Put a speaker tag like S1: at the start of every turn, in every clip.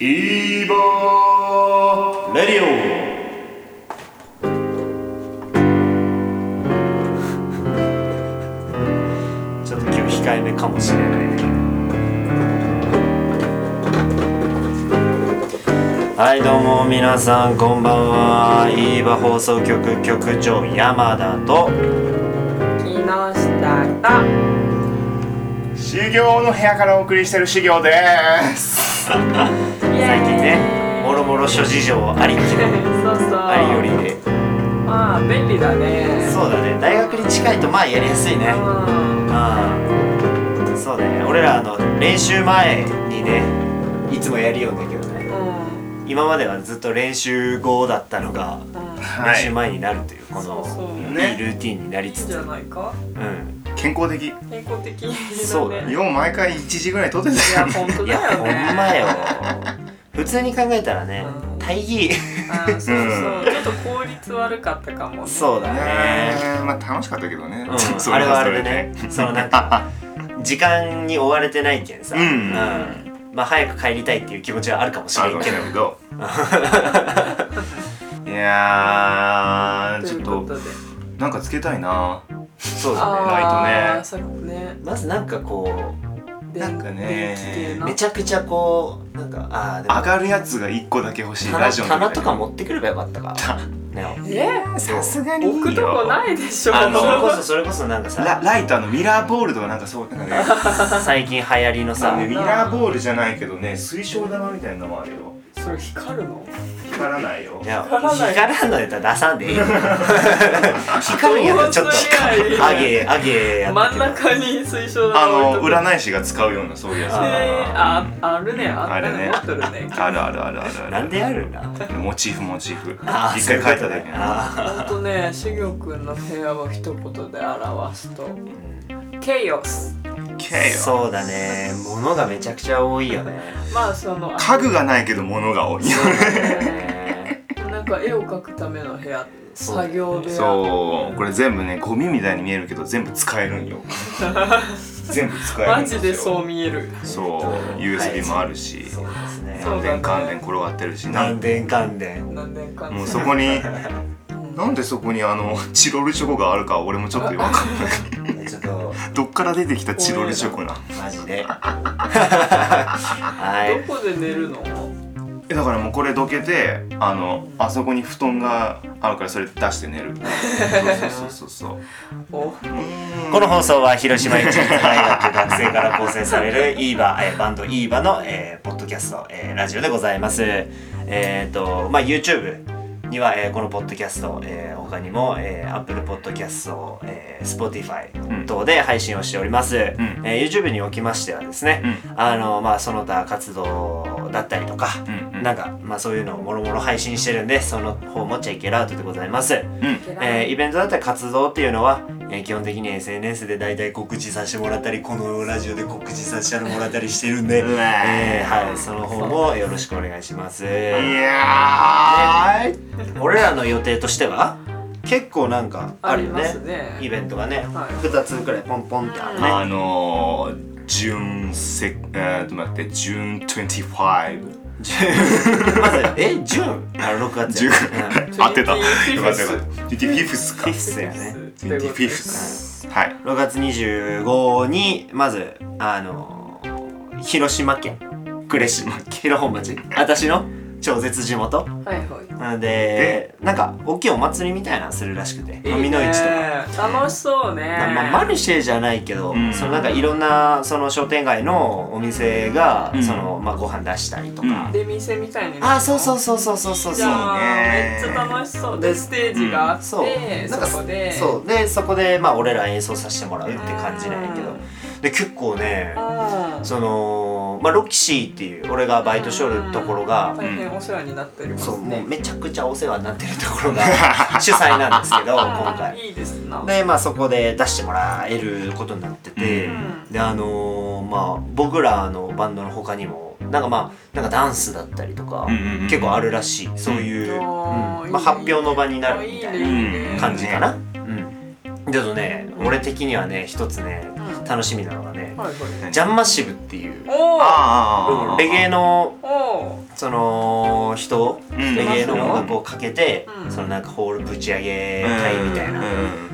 S1: イーバーレディオちょっと今日控えめかもしれないねはいどうも皆さんこんばんはイーバ放送局局長山田と
S2: 木下が
S3: 修行の部屋からお送りしてる修行です
S2: 最近
S1: 最近ねもろもろ諸事情ありきの
S2: そうそう
S1: ありよりで
S2: まあ便利だね
S1: そうだね大学に近いとまあやりやすいね
S2: うん
S1: まあそうだね俺らあの練習前にねいつもやるようだけどね
S2: うん
S1: 今まではずっと練習後だったのが
S2: うん
S1: 練習前になるというこ
S2: そうそ
S1: の
S2: う
S1: いいルーティンにない
S2: い
S1: り
S2: ん
S1: つつ
S2: じゃないか
S1: うん
S3: 健康的よ
S2: 健康的だね
S1: そうだね
S3: う毎回1時ぐらい撮って
S2: い
S3: た
S2: や
S3: よ
S2: 本当
S1: い
S2: だ
S1: や
S2: よ
S1: ほ
S2: ね
S1: んまよ普通に考えたらね
S2: うん
S1: 大義
S2: あそうそう、
S3: うん
S2: ちょっと効率悪かったかも、ね、
S1: そうだね
S3: ねまあ楽しかったけどね、
S1: う
S3: そ
S1: ん、あれはあ
S3: そ
S1: れでねそのなんか時間に追われてないけんさ、
S3: うん
S1: まあ早く帰りたいっていう気持ちはあるかもし
S3: あ
S1: れ
S3: る
S1: んけ
S3: かもし
S1: ど
S3: れないけど いやー
S2: と
S3: ち
S2: い
S3: ょっ
S2: うこととで
S3: なんかつけたいな
S1: そうだね
S2: あ
S3: ライトね
S2: ーそうね
S1: まずなんかこう
S2: で
S3: なんかね
S2: 電気系の
S1: めちゃくちゃこうなんかああで
S3: 上がるやつが1個だけ欲しいラ
S1: 棚
S3: ジオの
S1: 棚
S3: 時
S1: とか持ってくればよかったか ね
S2: え
S3: さすがにいいよ
S2: 置くとこないでしょ
S3: あ
S1: それこ
S3: の
S1: そそれこそなんか
S3: ラ
S1: さ
S3: ライトあのミラーボールとかなんかそうなんかね
S1: 最近流行りのさ
S3: あのねミラーボールじゃないけどね水晶玉みたいなのもあるよ
S2: それ光るの
S3: 光らないよ
S1: いや
S2: 光らない
S1: 光らんのやったら出さんでい いよ光るんやったらちょっと
S2: 光るんや
S1: あげあげやった
S2: 真
S1: け
S2: ん
S1: ど
S2: 中に水晶玉
S3: あ
S2: 置い
S3: の
S2: とく
S3: 占い師が使うようなそういうやつ
S1: あ
S2: ああるねあ
S3: あ
S2: った
S3: れ
S2: ね
S3: ね
S2: 持っとるね
S3: あるあるあるあるある
S1: なんであるんだ
S3: モチーフモチーフ
S1: あー
S3: 一回書いただけ
S1: あ
S2: ほんとねしぎょうくんの部屋を一言で表すと
S1: ー
S2: ケイオス
S3: けよ
S1: そうだね物がめちゃくちゃ多いよ ね
S2: まあその
S3: 家具がないけど物が多い
S1: ね
S2: なんか絵を描くための部屋
S1: そうだね
S2: 作業部屋
S3: そうこれ全部ねゴミみたいに見えるけど全部使えるんよ全部使えるん
S2: マ
S3: ですよ
S2: ジでそう見える
S3: そう USB もあるし
S1: そうですね
S2: そう
S3: 関電関電転がってるしな
S1: 何
S3: ん
S1: 年関連
S2: 何年間
S3: もうそこになんでそこにあのチロルチョコがあるか俺もちょっと分かんない
S1: ちょっと
S3: どっから出てきたチロルチョコな
S1: マジでは
S2: どこで寝るの
S3: えだからもうこれどけてあのあそこに布団があるからそれ出して寝るそうそうそうそう
S2: お
S1: いこの放送は広島市立大学学生から構成されるイーバえーバンドイーバの、えーポッドキャスト、えーラジオでございますえっ、とまあ YouTube には、えーこのポッドキャスト、えー他にも、えー、Apple Podcast、えー、Spotify 等で配信をしております、えー YouTube におきましてはですね、あのまあその他活動だったりとか、
S3: うんうん
S1: なんかまあそういうのをもろもろ配信してるんでその方もチェックアウトでございます、
S3: うん
S1: えーイベントだったり活動っていうのは、えー基本的に SNS で大体告知させてもらったりこのラジオで告知させてもらったりしてるんで、
S3: うわー
S1: えーはいその方もよろしくお願いします
S3: いやー
S1: 俺らの予定としては結構なんかあ
S2: あ
S1: る
S2: り
S1: よ
S2: ま
S1: ね
S2: すね
S1: イベントがね、
S2: はい
S1: 2つくらいポンポンってあるね、
S3: あのー、純セえーっと待って純25
S1: まずえジュンあ6月
S3: 純
S1: やうん
S3: 合ってたよ
S2: 25
S3: かったよかった25か
S1: フィフスやね
S2: ということで
S3: 25はい
S1: 6月25にまずあのー広島県呉市 広本町私の超絶地元
S2: はいはい
S1: なのでなんか大きいお祭りみたいなのするらしくて飲みの市とか。
S2: か楽しそうね
S1: まあ、マルシェじゃないけど、
S3: うん
S1: そのなんかいろんなその商店街のお店が、
S3: うん
S1: そのまあ、ご飯出したりとか、
S2: 出店みたいに
S1: ああそうそううそうそうそうそう
S2: じ
S1: そう
S2: ゃあめ
S3: ね
S2: っちゃ楽しそうでステージがあって
S1: そうなんか
S2: そこで
S1: そうでそこでまあ俺ら演奏させてもらうって感じなんやけどで結構ね
S2: あー
S1: その、まあ、ロキシーっていう俺がバイトしおるところが、
S2: 大変お世話になっております
S1: そうもう
S2: ね
S1: めちゃくちゃお世話になってるところが 主催なんですけど今
S2: あー
S1: 回。
S2: いいですな
S1: でまあそこで出してもらえることになってて、
S2: うん
S1: であのーまあ僕らのバンドの他にもなんかまあなんかダンスだったりとか、
S3: うんうんうん
S1: 結構あるらしいそういう、
S2: う
S1: うん
S2: んいい
S1: まあ、
S2: ね
S1: 発表の場になる
S2: い
S1: み
S2: い
S1: たい
S2: ね
S1: ない
S2: いね
S1: 感じかな。うん。だとね、俺的にはね、一つね、
S2: うん
S1: 楽しみなのがね、
S2: はいはい
S1: ジャンマッシブっていう、
S2: おー
S3: あーあーあーあー
S1: レゲエの
S2: おー
S1: その人、
S3: ん
S1: レゲエの音楽をかけて、
S2: うん
S1: そのなんかホールぶち上げたいみたいな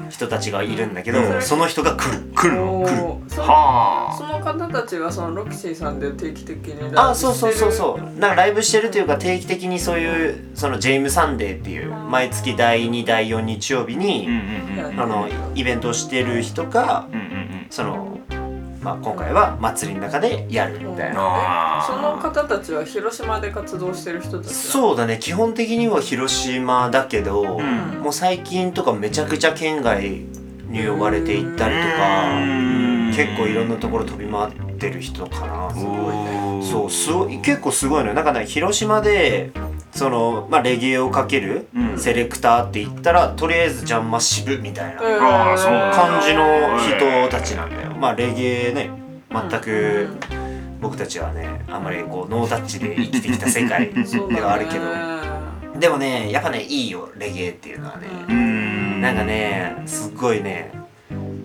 S1: 人たちがいるんだけど、
S3: うん
S1: その人が来る来るの来る
S2: おーそのそ
S3: は
S2: の方たちはそのロキシーさんで定期的にライ
S1: あ
S2: ブ
S1: そうそうそうそう
S2: してる
S1: なんかライブしてるというか定期的にそういうそのジェームサンデーっていう毎月第2第4日曜日
S3: あ
S1: に、
S3: うんうんうんうん
S1: あのイベントをしてる人が
S3: うんうん
S1: その、まあ、今回は祭りの中でやるみたい
S3: うん
S1: な、
S3: あ
S2: そ
S3: ー
S2: の方たちは広島で活動してる人たちう、
S1: そうだね基本的には広島だけど、
S3: うん
S1: もう最近とかめちゃくちゃ県外に呼ばれて行ったりと
S3: う
S1: か
S3: ん
S1: 結構いろんなところ飛び回ってる人かな
S2: すごいね
S1: そうすごい結構すごいのよなんかね広島でその、まあ、レゲエをかける
S3: うん
S1: セレクターって言ったらとりあえずジャンマシブみたいな
S3: あーそう
S1: 感じの人たちなんだよまあレゲエね全く僕たちはねあんまりこうノータッチで生きてきた世 界ではあるけどでもねやっぱねいいよレゲエっていうのはね
S3: うーん
S1: なんかねすっごいね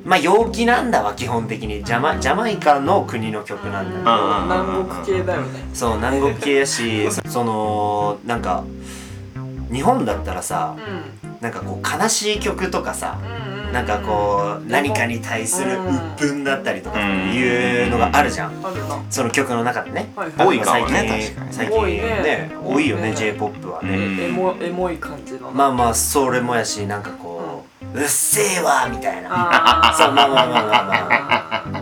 S1: まあ陽気なんだわ基本的にジャマジャマイカの国の曲なんだけど
S3: うんうん
S2: 南国系だよね
S1: そう南国系や しそそのなんか日本だったらさ
S2: う
S1: なんかこう悲しい曲とかさ
S2: ん
S1: なんかこう何かに対する
S2: うん
S1: 鬱憤だったりとか
S3: うん
S1: いうのがあるじゃん
S2: あるな
S1: その曲の中でね
S2: はい
S3: 多いかもね
S1: 最近
S3: 確かに
S1: 最近
S2: 多いね
S1: ね多いよ
S2: 多い
S1: ね
S2: ね
S1: j p o p は
S3: う
S1: ね
S3: ん
S2: エモエモい感じの
S1: ま
S2: あ
S1: あまあそれもやしなんかこう「うっせえわ」みたいな
S2: あー
S1: そうまあまあまあまあ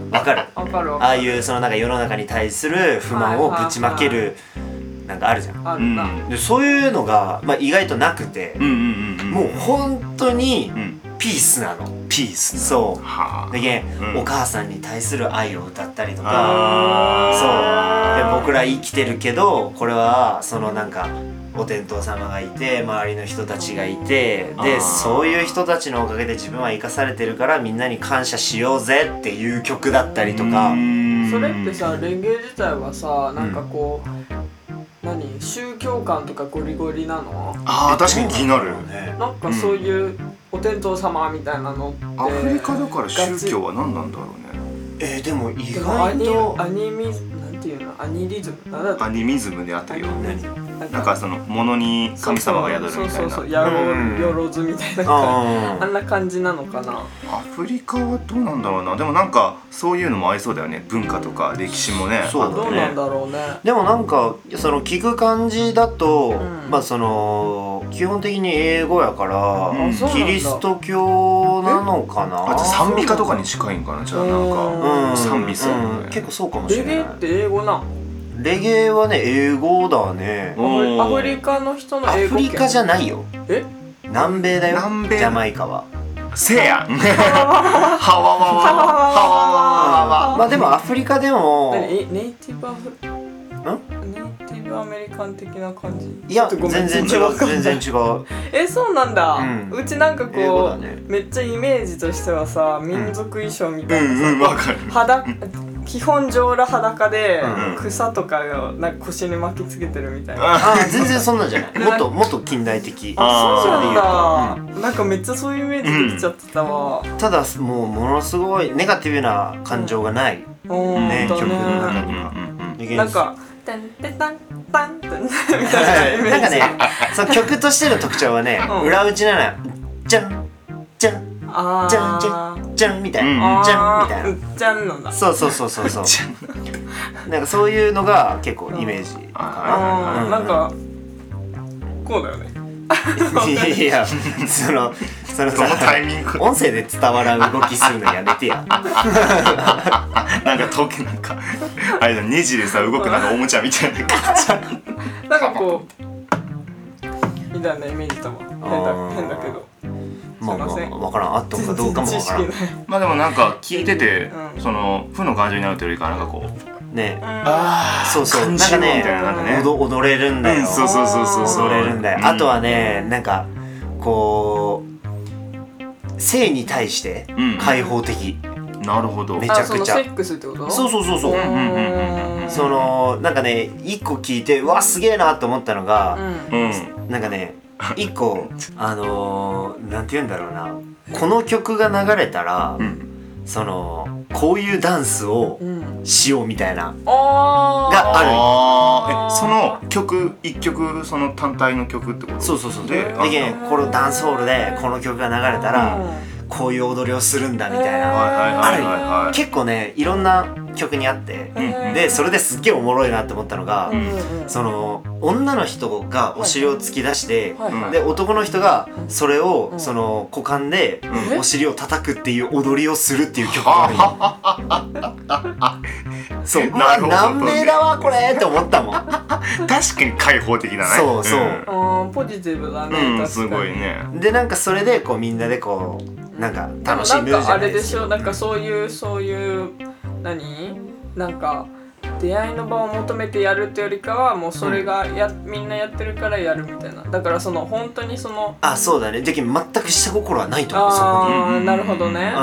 S1: まあわかる
S2: わかるわ
S1: あ
S2: か
S1: あ
S2: る
S1: いうそのなんか世の中に対する不満をぶちまけるなんかあるじゃん
S2: あ
S3: う
S2: る
S3: ん
S2: な
S1: でそういうのが、まあ、意外となくて
S3: う、んうんうん
S1: もう本当に
S3: うん
S1: ピースなの
S3: ピース
S1: そ
S3: は
S1: う
S3: あ
S1: でげん、
S3: うん
S1: お母さんに対する愛を歌ったりとかそうで
S3: あ
S1: 僕ら生きてるけどこれはそのなんかお天道様がいて周りの人たちがいて
S3: あ
S1: で
S3: ー
S1: そういう人たちのおかげで自分は生かされてるからみんなに感謝しようぜっていう曲だったりとか
S2: それってさレゲエ自体はさなんかこう何宗教観とかゴリゴリなの
S3: ああ確かに気になる
S1: ね
S2: なんかそういうお天道様みたいなのって
S3: アフリカだから宗教は何なんだろうね
S1: えーでも意
S2: でもア
S1: 外
S2: ニ
S1: と
S2: アニミなんていうのアニリズムなんだっ
S3: アニミズムであったよ
S1: 何
S2: た
S3: なんかその物に神様が宿るみた
S2: そうそうそう
S3: いな
S2: やろ
S1: うん
S2: うよろずみたいな感
S1: あ
S2: じ
S1: ー
S2: あんな感じなのかな
S3: アフリカはどうなんだろうなでもなんかそういうのも合いそうだよね文化とか歴史もね
S1: そうだね
S2: どうなんだろうね
S1: でもなんかその聞く感じだと、
S2: ん
S1: まあその基本的に英語やから、
S3: うんあそう
S2: なん
S1: キ
S2: だ
S1: リスト教なのか
S3: あ
S1: な
S3: じゃあ賛美歌とかに近いんかなじゃあなん
S2: う
S3: か
S1: うん
S3: 賛美する
S1: うん結構そうかもし
S2: レ
S1: れな
S2: ゲエ
S1: い
S2: って英語なの
S1: レゲエはね英語だね
S3: おー
S2: アフリカの人の
S1: ア
S2: 英語
S1: フリカじゃないよ
S2: え
S1: 南米だよ
S3: 南米
S1: ジャマイカは
S3: せやん はわわわはわわわわ
S1: まあでもアフリカでも
S2: 何えネイティブアフネイティブアメリカン的な感じ
S1: いや
S2: ちょっとごめ
S1: 全然違
S2: んちょっ
S1: う
S2: とわかんな
S1: 全
S2: い
S1: 然違う
S2: えそうなんだ、
S1: うん
S2: うちなんか
S1: 英語だ
S2: こう、
S1: ね
S2: めっちゃイメージとしてはさ民族衣装み
S3: う
S2: たいなさ、
S3: んうんわかる
S2: 裸基本上裸裸で
S1: うん
S2: 草とかをなんか腰に巻きつけてるみたいな、
S3: あ
S1: あー全然そんなんじゃないもっともっと近代的
S3: あ
S2: そうなん
S1: それで言うと
S2: だ、なんかめっちゃそういうイメージできちゃってたわ、うん
S1: ただもうものすごいネガティブな感情がない、
S2: 本
S1: ね
S2: 当
S1: 曲の
S3: うんうん
S1: 中
S2: ね
S3: うん
S1: で
S2: なんか「てんてたんたんてん」みたいなイメージ
S1: なんかねその曲としての特徴はね、
S2: うん
S1: 裏打ちならじゃんじゃん
S2: あー
S1: じゃんじゃんじゃんみたいな、
S3: う
S1: じゃんみたい
S2: あー
S1: な
S2: うんじゃんなんだ
S1: そうそうそうそうそうなんかそういうのが結構イメージか
S2: あー、
S1: うん
S2: なんかこうだよ ね
S1: な、 いやそのその
S3: そのタイ
S1: さ
S3: ミング
S1: 音声で伝わらん動きするのやめてや
S3: なんか時計なんかあれだネジでさ動くなんかおもちゃみたいな感じ
S2: なんかこうみたいなイメージだわ変
S1: あー
S2: だ変だけど
S1: まあまあ
S2: すいません
S1: 分からんあったかどうかも
S2: 全
S1: 分
S2: 然知
S1: から
S2: 識
S1: ん
S2: ない
S3: まあでもなんか聞いてて、
S2: うん
S3: その負の感情になるというよりかはなんかこう
S1: ね
S3: あ
S1: そうそう
S3: 感じようみたいな
S2: な
S3: なんん
S2: か
S3: か
S2: ね
S3: ね
S1: 踊踊れるんだよ、
S3: うんそうそうそうそうそ
S1: 踊
S3: う
S1: れるんだよ、
S3: うん
S1: あとはねなんかこう性に対して
S3: うん
S1: 開放的、
S3: なるほど
S1: め
S2: あ
S1: ちゃ
S2: そ
S1: く
S2: の
S1: ちゃ
S2: セックスってこと
S1: そう
S2: う
S1: そうそうそう、
S3: んうんうんうん
S1: そのなんかね一個聞いてうわすげえなと思ったの
S2: う
S1: が、
S2: ん
S3: うん
S1: なんかね一個あのー、なんて言うんだろうなこの曲が流れたら、
S3: うん
S1: そのこういうダンスを
S2: うん
S1: しようみたいな
S2: あー
S1: がある
S3: あその曲一曲その単体の曲ってこと
S1: そうそうそう
S3: で
S1: で
S3: あ
S1: でこのダンスホールでこの曲が流れたら、こういう踊りをするんだみたいな、
S3: はいはいはいはいはい
S1: 結構ねいろんな曲にあって、
S3: うん
S1: でそれですっげえおもろいなって思ったのが、
S2: うん
S1: その女の人がお尻を突き出して、
S2: はいはい
S1: で男の人がそれを、
S2: うん
S1: その股間で
S2: うん
S1: お尻を叩くっていう踊りをするっていう曲があるの そうう
S3: な
S1: わ
S3: るほど
S1: 何名だわこれって思ったもん
S3: 確かに開放的だね
S1: そうそう
S2: うんポジティブだね、
S3: う
S2: 確か
S3: ん、うん、
S2: に
S3: すごいね
S1: でなんかそれでこうみんなでこうなんか
S2: でも
S1: 楽しむじ
S2: なんか
S1: ゃ
S2: あ
S1: な
S2: れ
S1: いで
S2: ですし
S1: か
S2: ょなんかそういうそういう何なんか出会いの場を求めてやるってよりかはもうそれがや、みんなやってるからやるみたいなだからその本当にその
S1: あそうだねで全く下心はないと思うそこ
S2: あ
S3: うんうんう
S2: ー
S3: ん
S2: なるほどね、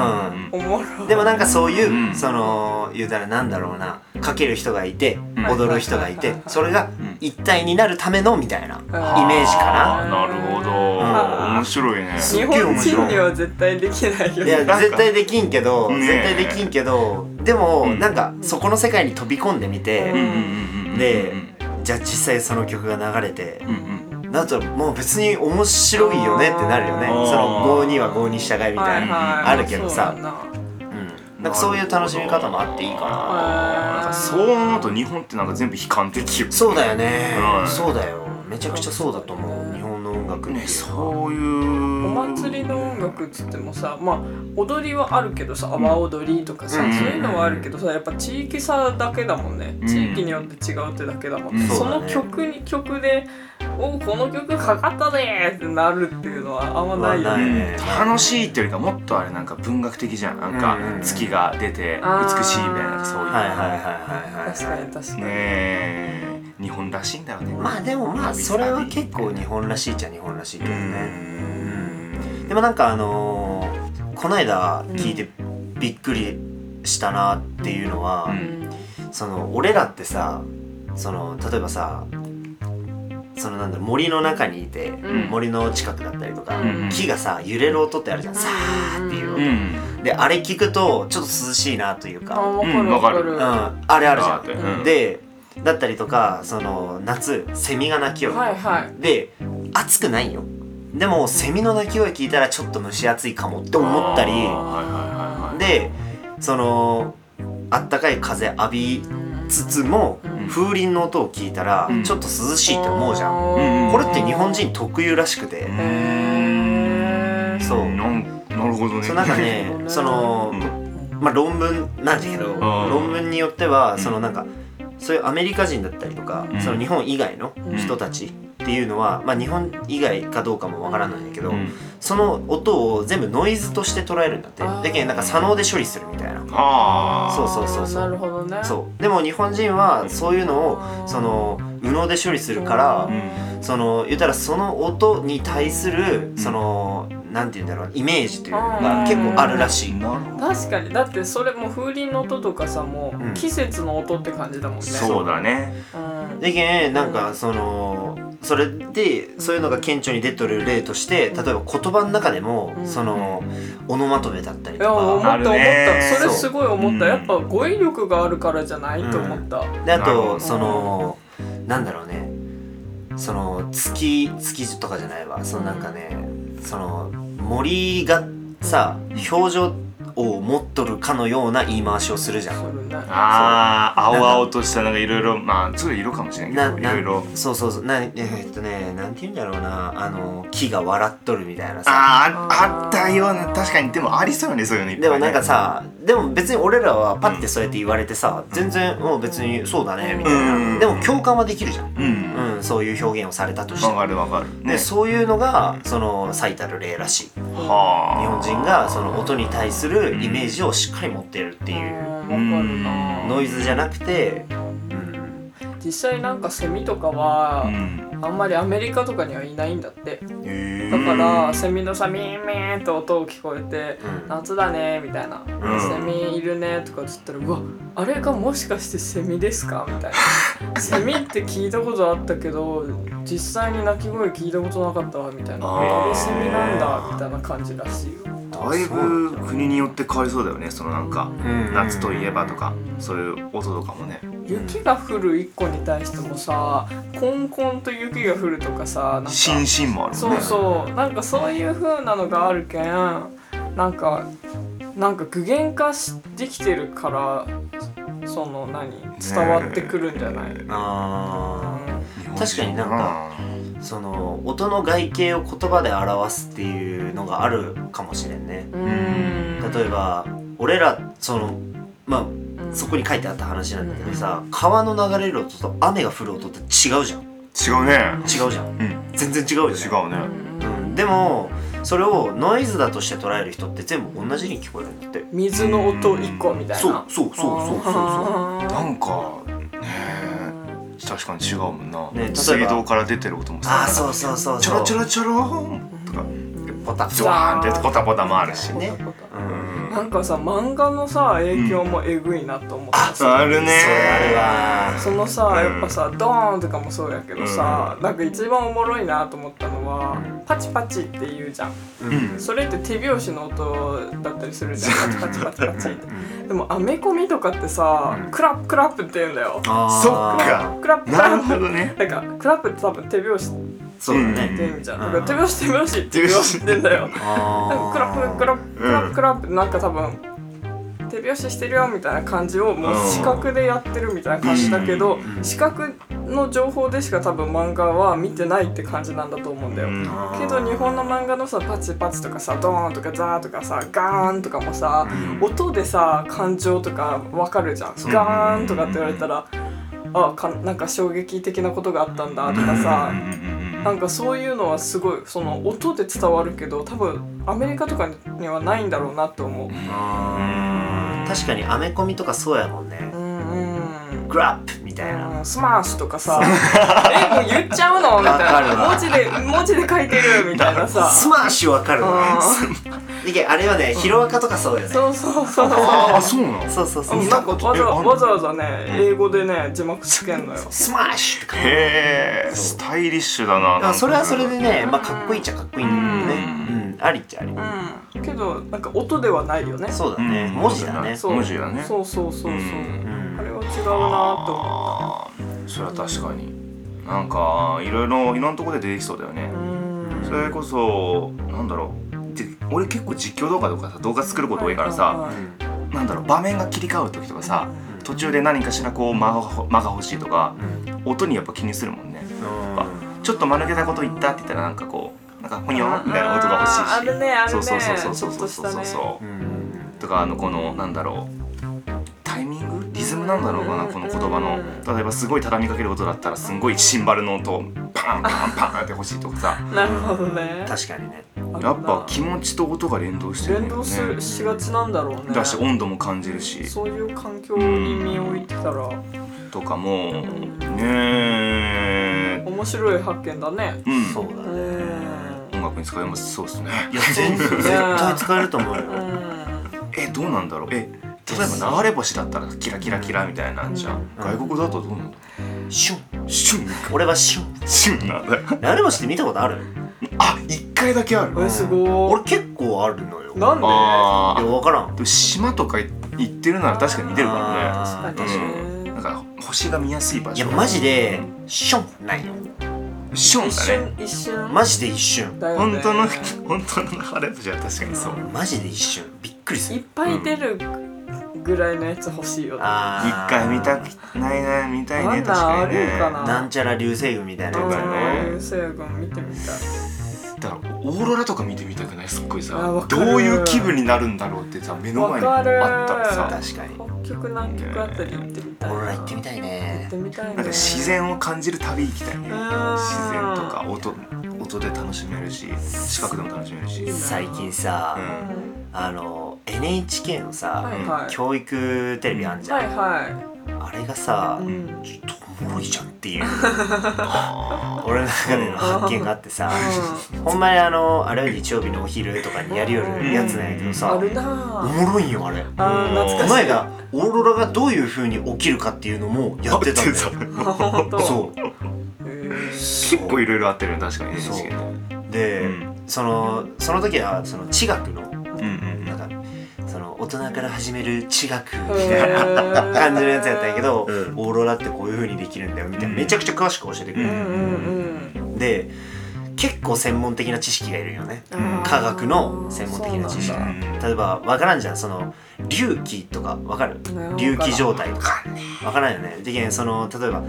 S1: うん
S2: おもろ
S1: にでもなんかそういう、
S3: うん
S1: その言うたらなんだろうなかける人がいて
S3: うん
S1: 踊る人がい
S2: は
S1: て
S2: いはいはい
S1: それが
S3: ん
S1: 一体になるためのみたいな、
S2: うん
S1: イメージか
S3: あーなるほど、
S2: うん
S3: 面白いね
S1: す
S2: 日
S1: っげえ
S2: 本
S1: 面白い
S2: 人には絶対できないよ
S1: いや
S2: ね
S3: なんか
S1: 絶対できんけど、
S3: ねえ
S1: 絶対できんけどでも、
S3: うん
S1: なんかそこの世界に飛び込んでみ
S3: う
S1: て、
S3: んうんうんうん
S1: で
S3: うん
S1: じゃあ実際その曲が流れて
S3: う、ん
S1: なんともう別に面白いよねってなるよね
S3: あー
S1: その5には5に従いみたいな、
S2: は
S1: あるけどさ
S2: そうだな
S1: うん、なんかそういう楽しみ方もあっていいかな
S3: なんかそう思うと日本ってなんか全部悲観的よ
S1: そうだよね、
S3: うん
S1: そうだよめちゃくちゃそうだと思う日本の音楽ね
S3: ねそういう
S2: お祭りの音楽っつってもさまあ踊りはあるけどさ阿波踊りとかさ、
S3: うん
S2: そういうのはあるけどさやっぱ地域差だけだもんね、
S3: うん
S2: 地域によって違うってだけだもんね、
S3: うん
S2: そ
S1: そうだ
S2: の
S1: ね
S2: 曲に曲で「おこの曲かかったね」ってなるっていうのはあんまないよ
S1: うん
S2: ね。
S3: 楽しいっていうよりかもっとあれなんか文学的じゃんなんか
S1: うん
S3: 月が出て
S2: あー
S3: 美しいみたいなそういう
S1: はいはいはいはいはい
S2: 確かに確かに、
S3: ねえ日本らしいんだろうね
S1: まあでもまあそれは結構日本らしいっちゃ日本らしいけどね、でもなんかあのーこの間聞いてびっくりしたなっていうのは、
S3: うん
S1: その俺らってさその例えばさそのなんだろう森の中にいて、
S2: うん
S1: 森の近くだったりとか、
S2: うん
S1: 木がさ揺れる音ってあるじゃん、さーっていう
S3: う
S1: 音、
S3: ん
S1: であれ聞くとちょっと涼しいなという
S2: あ
S1: か、
S2: 分かる分かる,、
S3: う
S1: うんん、あれあるじゃん、
S2: うん
S1: でだったりとかその夏セミが鳴きよる、
S2: はいはい
S1: で暑くないよでもセミの鳴き声聞いたらちょっと蒸し暑いかもって思ったり
S3: はいはいはいはい
S1: でそのあったかい風浴びつつも
S2: うん
S1: 風鈴の音を聞いたら
S3: うん
S1: ちょっと涼しいって思うじゃん、
S3: うん
S1: これって日本人特有らしくて、
S3: うん
S2: へー
S1: そう
S3: なんなるほどね
S1: そのなんかね
S2: うん
S1: その、まあ、論文なんだけど
S2: うん
S1: 論文によっては
S3: ん
S1: そのなんかそういうアメリカ人だったりとか、
S3: うん
S1: その日本以外の人たちっていうのは、まあ、日本以外かどうかもわからないんだけど、
S3: うん
S1: その音を全部ノイズとして捉えるんだって
S2: あー
S1: だけどなんか左脳で処理するみたいな
S3: ああ
S1: そうそうそうそう
S2: なるほどね
S1: そうでも日本人はそういうのをその右脳で処理するから
S3: うん
S1: その言ったらその音に対するそのなんて言うんだろうイメージというのが結構あるらしい
S3: なるほど
S2: 確かにだってそれもう風鈴の音とかさも
S1: うん
S2: う季節の音って感じだもんね、
S3: そうだね
S2: うん、
S1: でけんなんかそのそれでそういうのが顕著に出とる例として例えば言葉の中でも
S2: うん
S1: そのオノマトペだったり
S2: い
S1: と
S2: や思っ
S1: か
S2: た
S3: あ
S2: 思っ
S3: るね
S2: たそれすごい思った
S3: そう
S2: やっぱ語彙力があるからじゃない、と思った
S1: であ
S3: なるほ
S1: と
S3: ど
S1: そのなんだろうねその月月とかじゃないわそのなんかねその森がさ表情を持っとるかのような言い回しをするじゃ
S2: そ
S1: ん。
S2: れね
S3: ああ青々としたなんかいろいろまあちょっと色かもしれな
S1: ない
S3: けどいろいろ
S1: そうそうそうなえっとねなんて言うんだろうなあの木が笑っとるみたいなさ
S3: あーああったよね確かにでもありそうよねそういうのいっぱい
S1: で
S3: ね
S1: もなんかさでも別に俺らはパッてそうやって言われてさ、全然もう別にそうだねみたいな、
S3: うん
S1: でも共感はできるじゃん、
S3: うんわ、
S1: うん、そういう表現をされたとして
S3: かるわかる
S1: でそういうのがその最たる例らしい日
S3: はあ
S1: 本人がその音に対するイメージをしっかり持ってるっていう
S2: わかるな
S1: ノイズじゃなくて、うん、
S2: 実際なんかセミとかは、
S3: うん
S2: あんまりアメリカとかにはいないんだって
S1: え
S2: だか
S3: う
S2: ら
S3: ん
S2: セミのさミーミーンと音を聞こえて
S1: うん
S2: 夏だねみたいな、
S3: ん
S2: セミいるねとかっつったらうわあれがもしかしてセミですかみたい なセミって聞いたことあったけど実際に鳴き声聞いたことなかったわみたいな
S3: あー
S2: あれセミなんだみたいな感じらしいよ
S3: だいぶ国によって変わりそうだよねそのなんか、
S1: うん
S3: 夏といえばとかそういう音とかもね
S1: い
S2: 雪が降る1個に対してもさコンコンと雪が降るとかさなんか
S3: しんしんもあるもん
S2: そ
S3: ね
S2: うそうなんかそういう風なのがあるけんなんかなんか具現化しできてるからその何伝わってくるんじゃない、
S1: あ
S3: 日本人
S1: 確かになんかーその音の外形を言葉で表すっていうのがあるかもしれんね
S2: うーん
S1: 例えば俺らそのまあそこに書いてあった話なんだけどさ川の流れる音と雨が降る音って違うじゃん
S3: 違うね
S1: 違うじゃん
S3: うん
S1: 全然違うよね
S3: 違う
S2: う
S3: ね
S2: ん
S1: うん、でもそれをノイズだとして捉える人って全部同じに聞こえるんだって
S2: 水の音1個みたいな
S1: そうそうそうそうそうそ
S2: あー
S3: なんかね確かに違うもん
S1: ね
S3: な、
S1: 例えば
S3: 水道から出てる音も
S1: ああそうそうそう
S3: ちょ
S1: そう
S3: ろちょろちょろーんとか
S1: ポタッ
S3: ズワーンってポタポタもあるし
S2: そんなこ
S1: う
S2: と
S1: ん
S2: なんかさ漫画のさ影響もえぐいなと思ってさ、
S3: あるね
S1: そうあるわ
S2: そのさやっぱさドーンとかもそうやけどさ、なんか一番おもろいなと思ったのは、パチパチって言うじゃん
S1: うん
S2: それって手拍子の音だったりするじゃんパチパチパチパチってでもアメコミとかってさ、クラップクラップって言うんだよ
S1: あー
S3: そっか
S2: クラップク
S3: な
S2: ラ
S3: るほ
S2: ッ
S3: どね
S2: プなんかクラップって多分手拍子っ
S1: そうだ
S2: て
S1: ね
S2: 意味じゃん、
S1: うん
S2: だから手拍子手拍子って言ってんだよなん
S1: あー
S2: かクラップクラップクラップクラップってなんか多分手拍子してるよみたいな感じをもう視覚でやってるみたいな感じだけど
S1: ん
S2: 視覚の情報でしか多分漫画は見てないって感じなんだと思うんだよ。
S3: うん
S1: あー
S2: けど日本の漫画のさパチパチとかさドーンとかザーとかさガーンとかもさ音でさ感情とかわかるじゃんガーンとかって言われたらあかなんか衝撃的なことがあったんだとかさ
S3: うんうんうん
S2: なんかそういうのはすごいその音で伝わるけど多分アメリカとかにはないんだろうなと思う。
S1: あー確かにアメコミとかそうやもんね
S2: うん
S1: グラップみたい
S2: うん
S1: な
S2: スマッシュとかさ「えもう言っちゃうの?」みたいな
S1: わ
S2: 文字で文字で書いてるみたいなさ
S1: スマッシュわかるわ
S2: う ん
S1: いけあれはねヒロアカとかそうよね
S2: そうそうそう
S3: ああそうなの
S1: そうそうそう
S2: なんかわざ
S3: えあんの
S2: わざわざね英語でね字幕つけんのよ
S1: スマッシュとか
S3: へえスタイリッシュだななん
S1: ま
S3: か
S1: あそれはそれでね、まあ、かっこいいっちゃかっこいいんだけどね、
S3: う
S1: うん、ありっちゃあり、
S2: うんけどなんか音ではないよね
S1: そうだ
S3: うん
S1: ね、文字だね
S2: そう
S3: 文字だね
S2: そうそうそうそう
S1: うん
S2: あれは違うなと思
S3: あーそれは確かになんかいろいろいろんなとこで出てきそうだよね
S2: ううん
S3: それこそなんだろうで俺結構実況動画とかさ動画作ること多いから
S2: は
S3: さ
S2: いはいはい
S3: なんだろう場面が切り替わる時とかさ途中で何かしらこう間が間が欲しいとか音にやっぱ気にするもんねちょっと間抜けたこと言ったって言ったらなんかこうなんかほにょーみたいな音が欲しいし
S2: あーあるねあるね
S3: そうそうそうそうそう
S2: ち
S3: そ
S2: ょっとした
S3: うそう
S2: ね
S3: そう
S1: うん
S3: とかあのこのなんだろうタイミングリズムなんだろうかなこの言葉の例えばすごい畳みかける音だったらすんごいシンバルの音パンパンパンって欲しいとかさ
S2: なるほどね
S1: 確かにね
S3: やっぱ気持ちと音が連動してるん
S2: 連
S3: だよ
S2: 動
S3: ね
S2: するしがちなんだろうね
S3: だし温度も感じるし
S2: そういう環境に身を置いてたら
S3: とかもねえ
S2: 面白い発見だね
S3: うん
S1: そうだ
S2: う
S1: ね
S2: ん
S3: 音楽に使えますそうですね
S1: いや全部絶対使えると思うよ、
S2: うん
S3: えどうなんだろうえ例えば流れ星だったらキラキラキラみたいなんじゃん
S1: うん
S3: 外国だとどうなんだ
S1: シュン
S3: シュンか
S1: 俺はシュン
S3: シュンなんだよ
S1: 流れ星って見たことある
S3: あ一回だけある
S2: えすご
S1: 俺
S2: い
S1: 結構あるのよ
S2: なんで
S1: いや
S3: あ
S1: 分からん
S3: あでも島とか行ってるなら確かに似てるか
S1: あー
S2: 確かに
S3: もねうんなんか星が見やすい場
S1: い
S3: 所
S1: やマジでシュンないよ
S3: シュン
S2: 一
S3: だね
S2: 瞬一瞬
S1: マジで一瞬
S2: だよね
S3: 本当の本当の流れ星は確かにそう
S1: マジで一瞬びっくりす
S2: いっ
S1: る
S2: ぱい出るぐらいのやつ欲しいよね
S3: 一
S1: あー
S3: 回見たくないな見たいね
S2: あん
S3: 確
S2: な
S3: か
S2: あ
S3: に
S2: る
S3: ね
S2: かな
S1: なんちゃら流星群みたいな
S2: う
S1: や
S2: ん
S1: つ
S3: だね
S2: 流星群見てみたい
S3: だからオーロラとか見てみたくないすっごい
S2: あわ
S3: さ
S2: か
S3: ど
S2: る
S3: ういう気分になるんだろうってさ目の前にあったら
S2: わか
S3: さ
S1: 確かにオ
S2: 北極南極あたり行ってみたいな
S1: ーロラ行ってみたい
S2: 行
S1: ね
S2: ってみたいね
S3: なんか自然を感じる旅行きたいね
S2: うん
S3: 自然とか音音で楽しめるし視覚でも楽しめるし
S1: 最近さ、
S3: うん
S1: あの NHK のさ、
S2: はいはい
S1: 教育テレビあんじゃん、
S2: はいは
S1: あれがさ、
S2: いうん
S1: ちょっとおもろいじゃんっていう俺の中での発見があってさ、ほんまにあのあれは日曜日のお昼とかにやりよるやつなんやけどさ、
S2: あるな
S1: お
S2: ぁ
S1: もろいんよあれ
S2: あー懐かしい
S1: 前がオーロラがどういう風に起きるかっていうのもやってたんだよ
S2: あ 本当
S1: そう
S2: へー
S3: 結構いろいろあってるよね確かにね
S1: そう
S3: NHK ね
S1: で、
S3: うん
S1: そのその時はその地学の
S3: うんうんうん
S1: なんかそのお人から始める地学み
S2: へ
S1: たいな
S2: ー
S1: 感じのやつやったんやけど、
S3: うん
S1: オーロラってこういう風にできるんだよみたいな、
S3: うん
S1: めちゃくちゃ詳しく教えてくれ
S2: う
S1: る
S2: ん、うん
S1: で結構専門的な知識がいるよね
S2: うん
S1: 科学の専門的な知識
S2: そうなんだ
S1: 例えば分からんじゃんその隆起とか分かる
S2: うん
S1: 隆起状態とか分からんよねでけんその例えば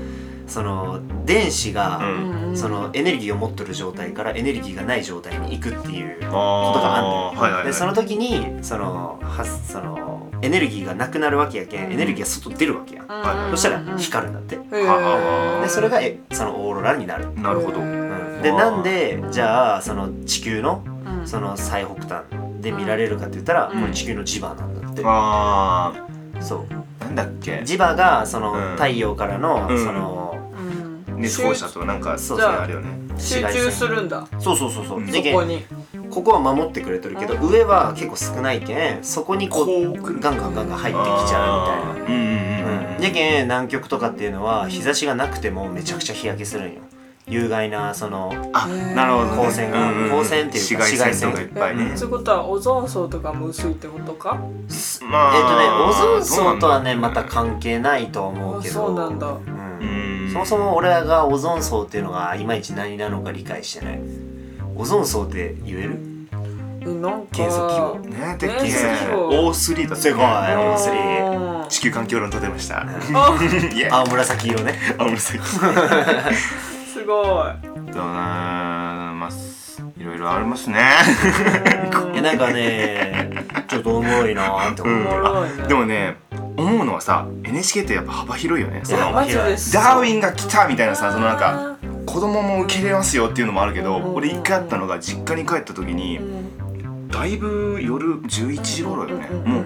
S1: その電子
S3: う
S1: が、
S3: ん
S2: うんうん
S1: そのエネルギーを持っとる状態からエネルギーがない状態に行くっていうことがあんのよ
S3: あーはいはいはい
S1: でその時にそのはそのエネルギーがなくなるわけやけんエネルギーが外出るわけや、
S2: うん
S3: はい
S1: そしたら光るんだって
S2: へー
S1: でそれがえそのオーロラになる、
S3: なるほど
S2: へ
S1: う
S2: ー
S1: ん、で
S3: わあ
S1: なんでじゃあその地球の
S2: うん
S1: その最北端で見られるかって言ったら、
S2: うん
S1: これ地球の磁場なんだって、
S3: あ
S1: そう
S3: ーなんだっけ
S1: 磁場がその、
S3: うん
S1: 太陽からの、
S3: うん
S1: その
S2: うん
S3: 熱放射とかなんか
S1: そう
S2: じゃあ
S3: あるよね
S1: 紫
S2: 集
S1: 外
S2: 中
S1: 線
S2: するんだ
S1: そうそうそうそう、
S3: うん
S1: で
S2: そ
S1: けん
S2: こに
S1: ここは守ってくれてるけど、
S2: う
S1: 上は結構少ないけんそこにこう
S3: こう来る
S1: ガンガンガンガン入ってきちゃうみたいな。
S3: みたいなうんうんうん
S1: じゃけん南極とかっていうのは日差しがなくてもめちゃくちゃ日焼けするんよ有害なその
S3: あなるほどね
S1: 光線が
S3: うんうん
S1: 光線っていうか
S3: 紫外線とか
S1: 紫外線
S3: いっぱいね
S1: うん
S2: そういうことはオゾン層とかも薄いってことか
S1: えっ、
S3: ま
S1: とねオゾン層とはね
S3: どうな
S1: ま
S3: んだ
S1: た関係ないと思う
S2: あ
S1: けど
S2: そうなんだ
S1: うん
S3: うん
S1: そもそも俺らがオゾン層っていうのがいまいち何なのか理解してないオゾン層って言える
S2: えなんか
S1: 元素記号
S3: ねてっき
S2: 元
S3: り
S2: 素記号
S3: O3 だ
S1: すごい
S2: あー
S1: お祭り
S3: 地球環境論立てました
S2: あ
S3: いや
S1: 青紫色ね
S3: 青紫
S2: すご い
S3: だなまあすいろいろありますね
S1: いやなんかねちょっとおもろいなーって思う、
S2: おもろいね
S3: あでもね思うのはさ NHK ってやっぱ幅広いよねそ
S1: いや
S3: の
S2: マジです
S3: ダーウィンが来たみたいなさそのなんか
S2: あー
S3: 子供も受け入れますよっていうのもあるけど、
S2: うん
S3: 俺一回あったのが実家に帰った時に、
S2: うん
S3: だいぶ夜11時頃よね、
S2: うん
S3: もう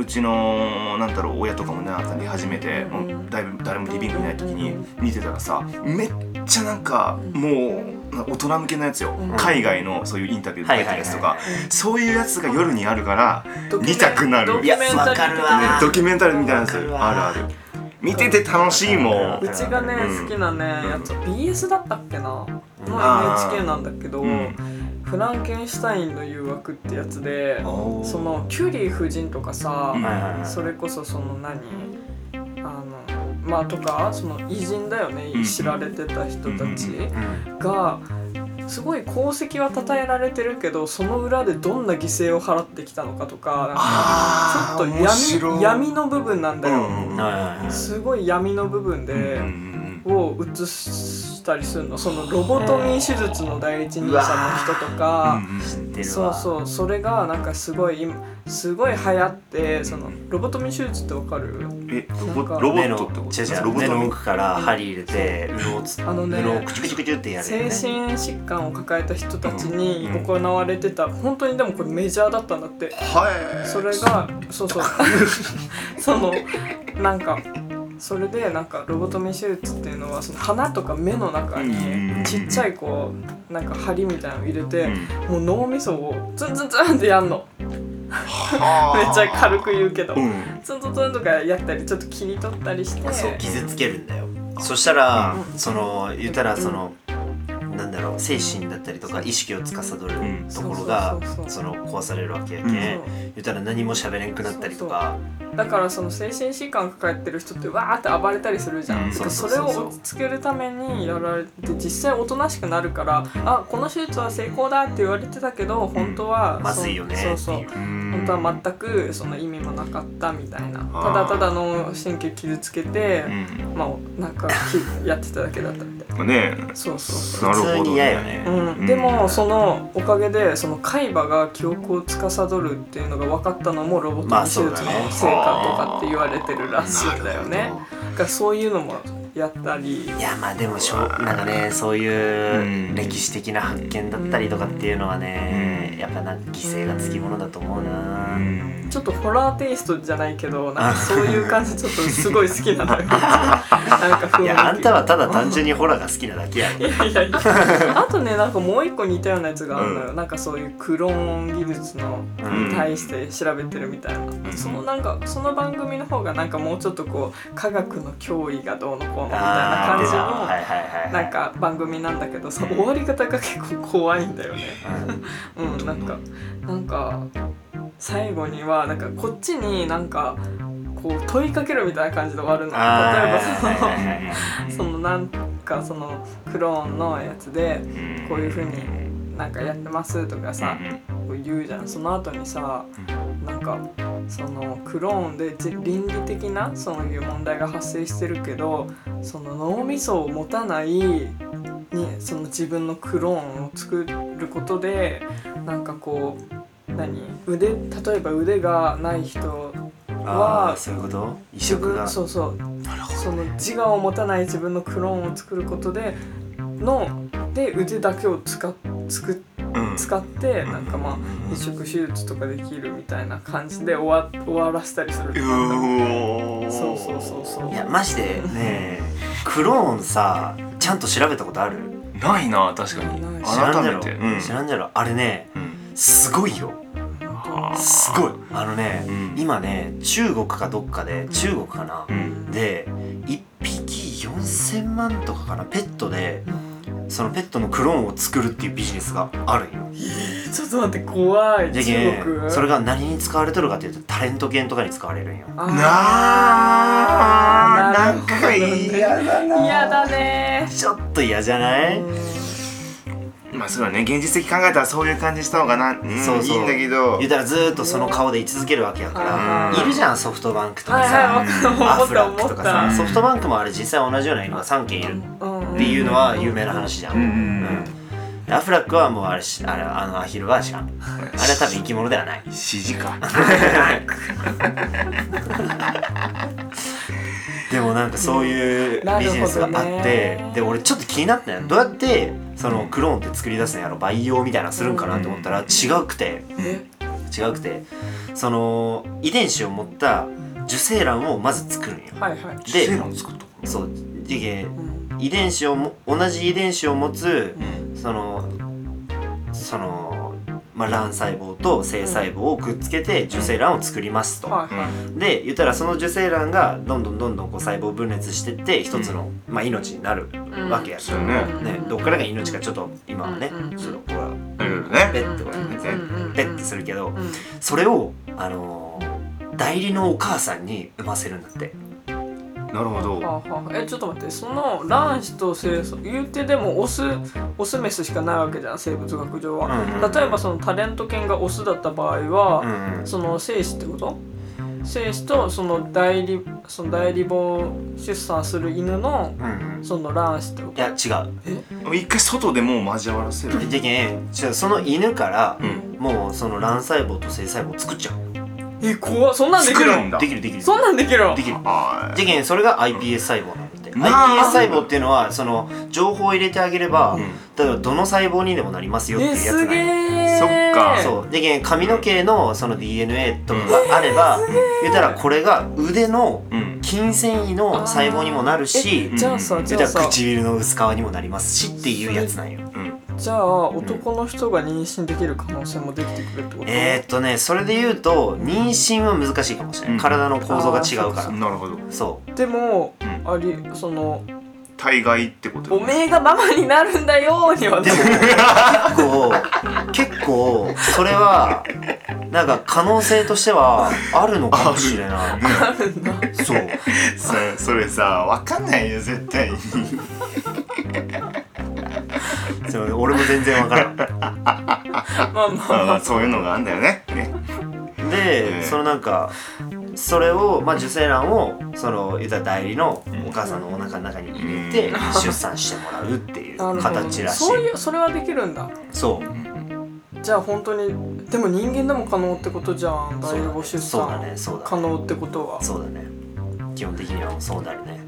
S3: うちのなんだろう親とかもね朝寝始めて、もうだいぶ誰もリビングいない時に見てたらさめっちゃなんかもうな大人向けのやつよ、
S2: うん
S3: 海外のそういうインタビュー
S1: は
S3: の
S1: い
S3: や
S1: はいはい
S3: つとか、そういうやつが夜にあるから
S2: ドキュメン
S3: 見たくなる
S2: ド
S1: い
S2: キ
S1: や
S2: ュメンタ
S1: わ
S2: リー
S1: かるわ
S3: ね、ドキュメンタリーみたいなやつ
S1: わか
S3: あ
S1: る
S3: る
S1: わ
S3: ある見てて楽しいもん
S2: うちがね、
S3: うん
S2: 好きなねやつ BS だったっけな、
S1: うん
S2: ま
S3: あ
S2: あ
S3: ー
S2: NHK なんだけど、
S3: うん
S2: フランケンシュタインの誘惑ってやつで
S1: おー
S2: そのキュリー夫人とかさ、
S3: うん
S1: はいはいはい
S2: それこそその何あのまあとかその偉人だよね、
S3: うん
S2: 知られてた人たち
S1: うん
S2: がすごい功績は称えられてるけどその裏でどんな犠牲を払ってきたのかとか
S3: あ
S2: なんかちょ
S3: 面
S2: っ
S3: 白
S2: と闇
S3: い
S2: 闇の部分なんだよ、
S3: うんうん
S1: はいはいはい
S2: すごい闇の部分で。
S3: うんうん
S2: を移したりするのそのロボトミー手術の第一人者の人と
S3: うん
S2: か、
S3: うんうん
S1: 出る
S2: そう
S1: わ
S2: そうそれがなんかすごい今すごい流行ってそのロボトミー手術ってわかる
S3: えロ
S2: なんか
S3: ボロボ
S1: 目
S3: ッ
S1: の
S3: トってこと
S1: 違う違う
S3: ロボ
S1: 目
S3: ット
S1: の奥から針入れて布をつ
S2: あのね
S1: 布をクチュクチュクチュってやるよ
S2: 精
S1: ね
S2: 神疾患を抱えた人たちに
S3: うん
S2: 行われてた本当にでもこれメジャーだったんだって
S3: はい
S2: それがそうそうそのなんかそれでなんかロボトミー手術っていうのはその鼻とか目の中にちっちゃいこうなんか針みたいなの入れて。もう脳みそをツンツンツンってやんのめっちゃ軽く言うけど、
S3: うん
S2: ツンツンツンとかやったりちょっと切り取ったりして
S1: そう傷つけるんだよそしたら、
S2: う
S1: その言ったらその、なんだろう精神だったりとか意識を司
S3: う
S1: る
S3: ん
S1: ところが
S2: そうそうそうそう
S1: その壊されるわけやけ、、
S3: うんん
S1: 言ったら何も喋れんくなったりとか
S2: だからその精神疾患抱えてる人ってわーって暴れたりするじゃん、
S3: うん
S2: だから
S1: そう
S2: そ
S1: そう
S2: れ
S1: そ
S2: を
S1: うそう
S2: 落ち着けるためにやられて実際おとなしくなるから、あこの手術は成功だって言われてたけど本当は、
S1: まずいよねってい
S2: そううそう
S3: 本
S2: 本当は全くその意味もなかったみたいなた
S3: あー
S2: だただ脳神経傷つけて、まあなんかきやってただけだったみたいな
S3: うんね
S2: そうそうそう
S3: なるほど
S1: 普通に嫌よね、
S2: うん、
S3: ん
S2: でもそのおかげでその海馬が記憶を司るっていうのが分かったのもロボットの
S1: まあ
S2: 手術
S1: そう
S2: の
S1: だ
S2: 成
S1: ね
S2: 果とかって言われてるらしいんだよね。だからそういうのもやったり
S1: いやまあでもしょうなんかねそういううん歴史的な発見だったりとかっていうのはね、
S3: うん
S1: やっぱなんか犠牲がつきものだと思うな、
S3: うん
S2: ちょっとホラーテイストじゃないけどなんかそういう感じちょっとすごい好 きなのよ。なんか雰囲気
S1: いやあんたはただ単純にホラーが好きなだけやろ
S2: いやいやいやあとねなんかもう一個似たようなやつがあるのよ、
S3: う
S2: なんかそういうクローン技術の
S1: うん
S2: 対して調べてるみたいな、
S3: ん
S2: そのなんかその番組の方がなんかもうちょっとこう科学の脅威がどうのこうのみたいな
S1: あー
S2: 感
S1: 出
S2: じ
S1: た
S2: の、
S1: はいはいはい
S2: なんか番組なんだけどその終わり方が結構怖いんだよね
S1: うん
S2: うんなんかなんか最後にはなんかこっちになんかこう問いかけるみたいな感じで終わるの例えばその、そのなんかそのクローンのやつでこういうふうになんかやってますとかさ、こう言うじゃんその後にさなんかそのクローンでぜ倫理的なそういう問題が発生してるけどその脳みそを持たないにその自分のクローンを作ることでなんかこう何腕例えば腕がない人
S1: ああそういうこと移
S2: 自
S1: 植が
S2: 分そうそう
S3: なるほ
S2: その自我を持たない自分のクローンを作ることでので腕だけを使っ作っ
S3: ど、うん、
S2: 使ってなんかまあ移植手術とかできるみたいな感じで終わ終わらせたりする
S3: うおー
S2: そうそうそうそう
S1: いやマジでねえクローンさちゃんと調べたことある
S3: ないな確かに
S2: ない
S1: 知らんじゃ
S3: 改
S1: ろ
S3: めてうん
S1: 知らんじゃろあれね
S3: うん
S1: すごいよ
S2: 本
S1: すごいあのね
S3: うん
S1: 今ね中国かどっかで中国かな
S3: うん
S1: で1匹4,000万とかかなペットで
S2: 当に
S1: そのペットのクローンを作るっていうビジネスがあるんよ
S2: えちょっと待って怖い
S1: じゃけ
S2: 中
S1: ん
S2: 国
S1: それが何に使われとるかっていうとタレント犬とかに使われるんよ
S2: あー
S3: なあ
S2: な
S3: な
S2: る
S3: ん
S2: ほ
S3: か
S2: どね
S3: 嫌だな
S2: 嫌だね
S1: ちょっと嫌じゃない
S3: まあそうだね現実的に考えたらそういう感じした方がな、うん、
S1: そうそう
S3: いいんだけど
S1: 言うたらずーっとその顔で居続けるわけやか
S2: はい
S1: らいるじゃんソフトバンクと
S2: は
S1: か
S2: いはい
S1: さ
S2: わかる
S1: ア
S2: 思
S1: フラッ
S2: った思
S1: ク
S2: っ
S1: とか
S2: た
S1: さソフトバンクもあれ実際同じような犬が3件いるっていうのは有名な話じゃん、
S3: うんうん
S1: うんアフラックはもうあれしあれあのアヒルは知らんあれは多分生き物ではない
S3: 指示 か
S1: でもなんかそういうビジネスがあ
S2: なる
S1: っ
S2: ほど
S1: て、
S2: ね
S1: で俺ちょっと気になったよどうやってそのクローンって作り出すのやろ培養みたいなのするんかなと思ったら違うくて
S2: え
S1: 違うくてその遺伝子を持った受精卵をまず作るんよ。
S2: はいはい
S1: で
S3: セーラーを作ったの
S1: そうで
S2: うん
S1: 遺伝子をも同じ遺伝子を持つ
S3: うん
S1: そのその、まあ、卵細胞と性細胞をくっつけて受精卵を作りますと。
S2: はいはい
S1: で言ったらその受精卵がどんどんどんどんこう細胞分裂してって一つの、まあ、命になるわけやか
S3: そう
S1: ら、
S3: ね
S1: ね、どっからが命かちょっと今はね、
S2: うん
S1: ちょっとこう
S3: いろいろ
S1: ペ
S3: ね
S1: ッてこうやってねペッてするけど
S2: うん
S1: それをあのー代理のお母さんに産ませるんだって
S3: なるほど
S2: はあはあえちょっと待ってその卵子と精巣言うてでもオスオスメスしかないわけじゃん生物学上は、
S1: うんうん
S2: 例えばそのタレント犬がオスだった場合は、
S1: ん
S2: その精子ってこと精子とその代理その代理母出産する犬の
S1: うんうん
S2: その卵子ってこ
S1: いや違うじゃ
S3: 一回外でもう交わらせる
S1: けんじゃあその犬から
S3: うん
S1: もうその卵細胞と性細胞を作っちゃう
S2: とえ怖っそんなんでき
S3: 作
S2: る
S3: る
S2: の
S3: んだ
S1: できるできる
S2: そんなんできるの
S1: できる
S3: は
S1: じゃけんそれが iPS 細胞なんだって
S3: まあ
S1: iPS 細胞っていうのはその情報を入れてあげれば、
S3: うん
S1: 例えばどの細胞にでもなりますよっていう
S2: え
S1: やつ
S2: す
S1: な
S2: げ
S1: んよ
S2: え
S3: そっか
S1: そうでけん髪の毛のその DNA とかがあれば、言ったらこれが腕の
S3: いうん
S1: 筋繊維の細胞にもなるし
S2: えじゃあさ
S3: うん
S2: じ
S1: 言っ
S2: ゃ
S1: た
S2: あ
S1: ら
S2: さ
S1: 唇の薄皮にもなりますしっていうやつなんよ
S3: うん
S2: じゃあ男の人が妊娠できる可能性もできてくるってこと、
S1: えー、っとねそれで言うと妊娠は難しいかもしれない、
S3: うん
S1: 体の構造が違う
S2: あ
S1: か
S3: なるほど
S1: らそう
S2: でも、
S3: うん
S2: ありその
S3: 大概ってこと
S2: おめえがママになるんだよーには
S1: でも結構結構それはなんか可能性としてはあるのかもしれない
S2: あるんだ
S1: そう
S3: そそれさわかんないよ 絶対に
S1: そう俺も全然わからん
S2: まあまあ
S3: まあまあそういうのがあんだよねね
S1: で、
S3: ええ
S1: そのなんかそれを、まあ、受精卵をその言ったら代理のお母さんのお腹の中に入れて
S3: うん
S1: 出産してもらうっていう
S2: なるほど
S1: 形らしい
S2: そういうそれはできるんだ
S1: そう
S2: じゃあ本当にでも人間でも可能ってことじゃん
S1: そ
S2: 大
S1: う
S2: 規模出
S1: そうだ
S2: 産、
S1: ねそうだ
S2: 可
S1: ね
S2: 能ってことは
S1: そうだね基本的にはもうそうなるね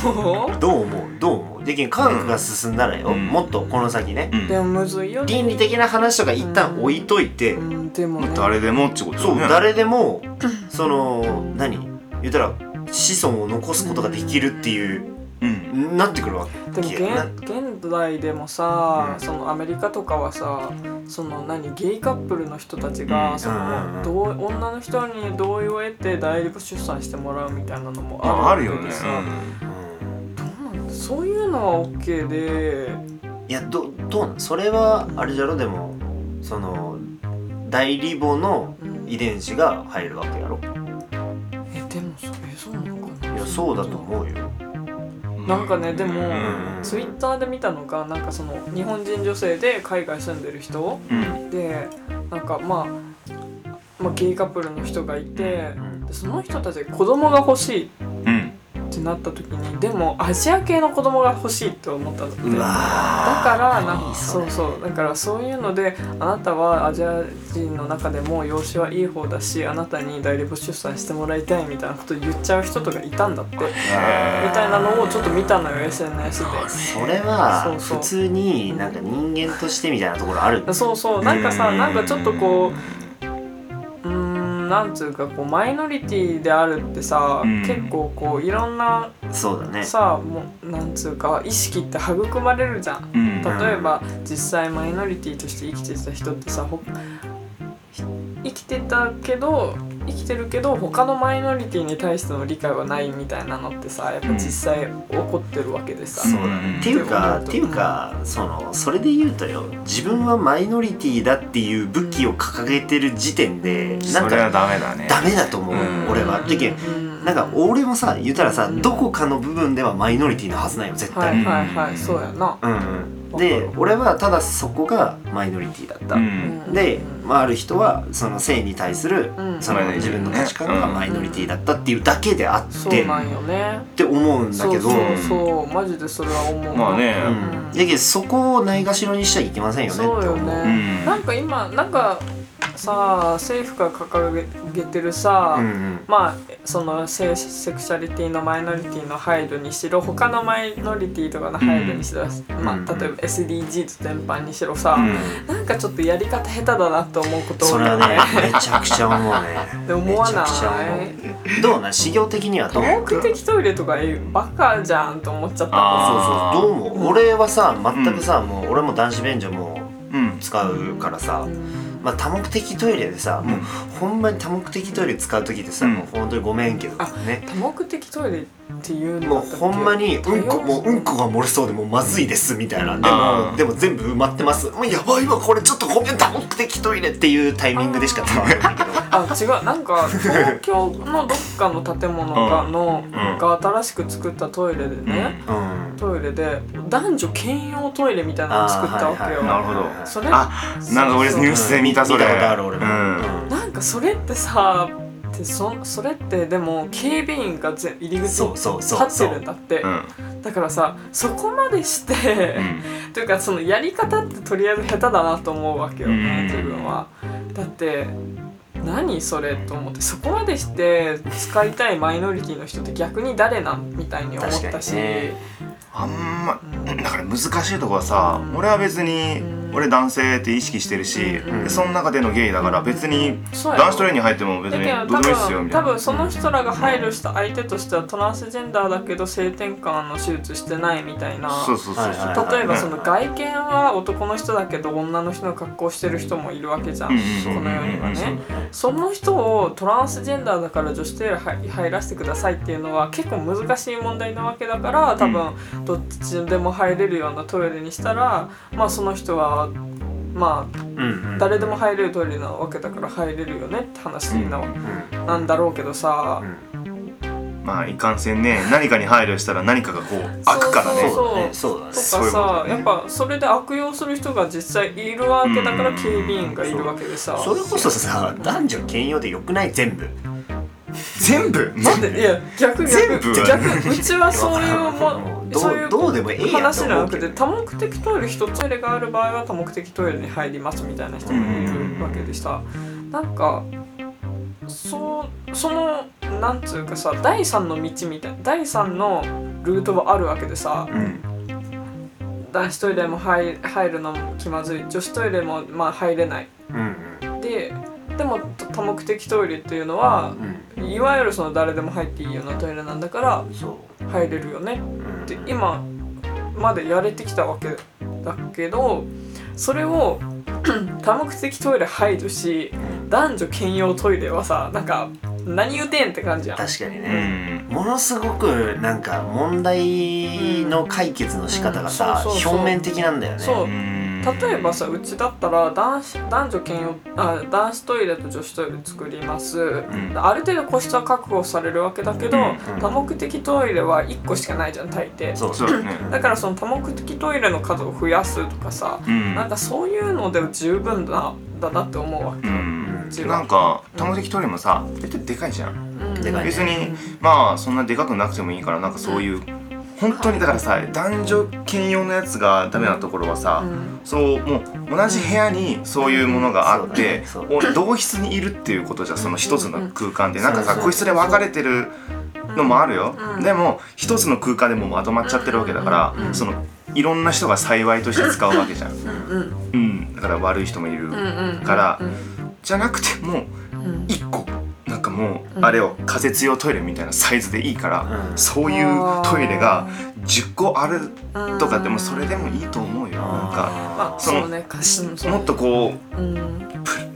S2: どう
S1: どう思うどう思うできん科学が進んだらよ、
S3: うん
S1: もっとこの先ね、
S3: うん
S2: でもむずいよね
S1: 倫理的な話とか一旦置いといて、
S2: うんでも
S3: も
S2: ね
S3: う誰でもってことだ
S1: そう
S3: ね
S1: 誰でもその何言ったら子孫を残すことができるっていう
S3: うん
S1: なってくるわ
S2: でも
S1: けやな
S2: 現現代でもさ、
S1: うん
S2: そのアメリカとかはさその何ゲイカップルの人たちが、
S3: うん
S2: そ
S1: うんう
S2: の
S1: ん
S2: 同意女の人に同意を得て代理母出産してもらうみたいなのも
S3: まあ
S2: あ
S3: ある
S2: る
S3: よ
S2: わけ
S3: ね
S2: でさそういうのは OK で
S1: いやどどうなんそれはあれじゃろでもそその大リボの
S2: うん
S1: 遺伝子が入るわけやろい
S2: えでもそえそうなのかない
S1: やそうだと思うよ
S2: なんかねでも
S1: ん
S2: ツイッターで見たのがなんかその日本人女性で海外住んでる人
S3: うん
S2: でなんかまあ、まあ、ゲイカップルの人がいて
S1: うん
S2: でその人たちが子供が欲しい
S3: うん
S2: ってなった時にでもアジア系の子供が欲しいって思ったんだって
S3: う
S2: だ
S1: わ
S2: からな
S1: い
S2: ん
S1: い
S2: か
S1: そ
S2: そ
S1: れ
S2: うそうだからそういうのであなたはアジア人の中でも養子はいい方だしあなたに代理母出産してもらいたいみたいなこと言っちゃう人とかいたんだってみ
S1: ー
S2: たいなのをちょっと見たのよ SNS
S1: それは
S2: そうそう
S1: 普通になんか人間としてみたいなところある
S2: でそうそうなんかさ
S3: う
S2: なんかちょっとこううーんなんつうかこうマイノリティであるってさ
S3: うん
S2: 結構こういろんな
S1: そうだね
S2: さもうなんつうか意識って育まれるじゃん
S3: うん
S2: 例えば実際マイノリティとして生きてた人ってさほひ生きてたけど生きてるけど他のマイノリティに対しての理解はないみたいなのってさやっぱ実際起こってるわけでさ、
S1: そうだねっていうかっていうかそのそれで言うとよ自分はマイノリティだっていう武器を掲げてる時点でなん
S3: それは
S1: か
S3: ダメだね
S1: ダメだと思う
S3: うん
S1: 俺は。でけんなんか俺もさ言ったらさ
S2: うん
S1: どこかの部分ではマイノリティなはずないよ絶
S2: は
S1: 対。
S2: いはいはいそうやな、
S1: うん、
S2: わか
S1: で
S2: る
S1: 俺はただそこがマイノリティだった。
S3: うん
S1: で、ま
S2: ま
S1: あ、ある人はその性に対する
S2: うん
S1: その自分の価値観がマイノリティだったっていうだけであっ
S2: そう
S1: てっ
S2: なんよね
S1: て思うんだ
S2: そ
S1: け
S2: う
S1: ど
S2: そうそうマジでそれは思う
S3: まあね
S1: うんだけどそこをないがしろにしちゃいけませんよね
S2: そうよ
S1: って思
S3: う
S2: ね
S3: ん
S2: なんか今なんかさ政府が掲げてるさ、
S1: うんうん
S2: まあその性セクシャリティのマイノリティの配慮にしろ他のマイノリティとかの配慮にしろ、まあ、
S1: うん
S2: 例えば SDGs 全般にしろさ、
S1: うん
S2: なんかちょっとやり方下手だなと思うこと
S1: そ
S2: 多い
S1: れは
S2: よ
S1: ね
S2: ね。
S1: めちゃくちゃ思うね
S2: で 思わ
S1: めちゃ
S2: な
S1: くちゃ思
S2: い
S1: いどうなん修行的にはどう
S2: 多目的トイレとかバカじゃんと思っちゃったんで
S1: そうそうどうも俺はさ全くさ、もう俺も男子便所も
S3: うん
S1: 使うからさ、
S2: すよ
S1: まあ、多目的トイレでさ、もうほんまに多目的トイレ使う時ってさ、
S3: うん
S1: もう本当にごめんけど
S2: あ
S1: ね
S2: 多目的トイレっていうの
S1: もうほんまにうんこもううんこが漏れそうでもうまずいですみたいなで
S3: あ
S1: も
S3: ー
S1: でも全部埋まってますもうやばいわこれちょっとごめん多目的トイレっていうタイミングでしか使わないんだけど
S2: あ違うなんか東京のどっかの建物がの、
S3: ん
S2: が新しく作ったトイレでね、
S1: うん
S2: トイレで男女兼用トイレみたいなのを作ったわけよ、
S1: あー
S3: なるほど
S2: それ
S3: あなんか俺
S2: そうそう
S3: ニュースで見たそれ
S1: 見たことある俺も、
S3: うん
S1: うん
S2: なんかそれってさってそそれってでも警備員がぜ入り口
S1: そう
S2: に
S1: そうそう
S2: 立
S1: そ
S2: っ
S1: う
S2: てるんだって
S3: うん
S2: だからさそこまでして、というかそのやり方ってとりあえず下手だなと思うわけよ
S3: うん
S2: ね自分は。だって何それと思ってそこまでして使いたいマイノリティの人って逆に誰なんみたいに思った
S1: 確か
S2: し、
S1: にね
S3: あんま
S2: うん
S3: だから難しいとこはさ俺は別に
S2: うん
S3: 俺男性って意識してるし
S2: うん
S3: でその中でのゲイだから別に
S2: そうやろ
S3: 男子トイレに入っても別
S2: だ
S3: に
S2: けど
S3: ど
S2: 多
S3: うでもいいっすよ
S2: 分
S3: みた
S2: 多
S3: いな
S2: 分その人らが配慮した相手としてはトランスジェンダーだけど性転換の手術してないみたいな
S3: そうそうそ
S1: は
S3: う
S1: いはい
S3: そう
S1: はい
S2: 例えばその外見は男の人だけど女の人の格好してる人もいるわけじゃん、
S3: うん
S2: この世には
S3: うん
S2: ね。その人をトランスジェンダーだから女子トイレ入入らせてくださいっていうのは結構難しい問題なわけだから多分どっちでも入れるようなトイレにしたらまあその人はまあ
S1: うんうん
S2: 誰でも入れるトイレなわけだから入れるよねって話なわ
S1: うん
S2: なんだろうけどさ
S1: うん
S3: まあいかんせんね何かに配慮したら何かがこう開くから
S2: そう
S3: ね
S1: そうだねそうだ
S2: と
S1: ね
S2: か
S3: そういうことだ
S2: さ
S3: よね
S2: やっぱそれで悪用する人が実際いるわけだから
S3: うん
S2: 警備員がいるわけでさ。
S1: それこそさ男女兼用でよくない全部
S3: 全部
S2: なんでいや逆
S3: 全
S2: 逆
S3: 部
S2: 逆うちはそういう
S1: う
S2: も
S1: んどう
S2: そういう
S1: どうでもええやんと思うけど
S2: 話なわけで多目的トイレ一つトイレがある場合は多目的トイレに入りますみたいな人もいるわけでさなんかそうそのなんつうかさ第三の道みたい第三のルートはあるわけでさ
S1: うん
S2: 男子トイレも入入るのも気まずい女子トイレもまあ入れない
S1: うん
S2: ででも多目的トイレっていうのは
S1: うん
S2: いわゆるその誰でも入っていいようなトイレなんだから
S1: うんそ
S2: 入れるよね
S1: ううん
S2: って今までやれてきたわけだけどそれを 多目的トイレ入るし男女兼用トイレはさなんか何言うてんって感じやん。
S1: 確かに
S3: う
S1: ね、
S3: ん
S1: ものすごくなんか問題の解決の仕方がさ、
S2: うんそうそうそう
S1: 表面的なんだよね
S2: そう
S3: うん
S2: 例えばさうちだったら男子男女兼用あ男子トイレと女子トイレ作ります、
S1: ん
S2: ある程度個室は確保されるわけだけど、
S3: うん
S1: うん
S2: 多目的トイレは1個しかないじゃん大抵
S1: そう
S3: そうだね
S2: だからその多目的トイレの数を増やすとかさ、
S3: うん
S2: なんかそういうので十分だだなって思うわけ、
S3: うん
S2: 違う
S3: なんか多目的トイレもさ絶対でかいじゃん
S2: うん
S1: でかい
S3: 別にまあそんなでかくなくてもいいからなんかそういう本当にだからさ男女兼用のやつがダメなところはさ、
S2: うん
S3: そうもう同じ部屋にそういうものがあって、
S1: うんそうだね
S3: お同室にいるっていうことじゃその一つの空間で、
S1: うん
S3: なんか
S1: そ
S3: さ
S1: うそう
S3: 個室で分かれてるのもあるよ、
S2: うん
S3: でも一つの空間でもうまとまっちゃってるわけだから、
S2: うん
S3: そのいろんな人が幸いとして使うわけじゃん、
S2: うん
S3: うん、だから悪い人もいる、
S2: うんうん
S3: から
S2: うん
S3: じゃなくても
S2: うん
S3: 一個なんかもう、
S2: うん
S3: あれを風強トイレみたいなサイズでいいから、
S1: うん
S3: そういうトイレが10個あるとかでもそれでもいいと思うよ、なんか
S2: まあ
S3: その
S2: そうねかしうんそう
S3: もっとこう
S2: うん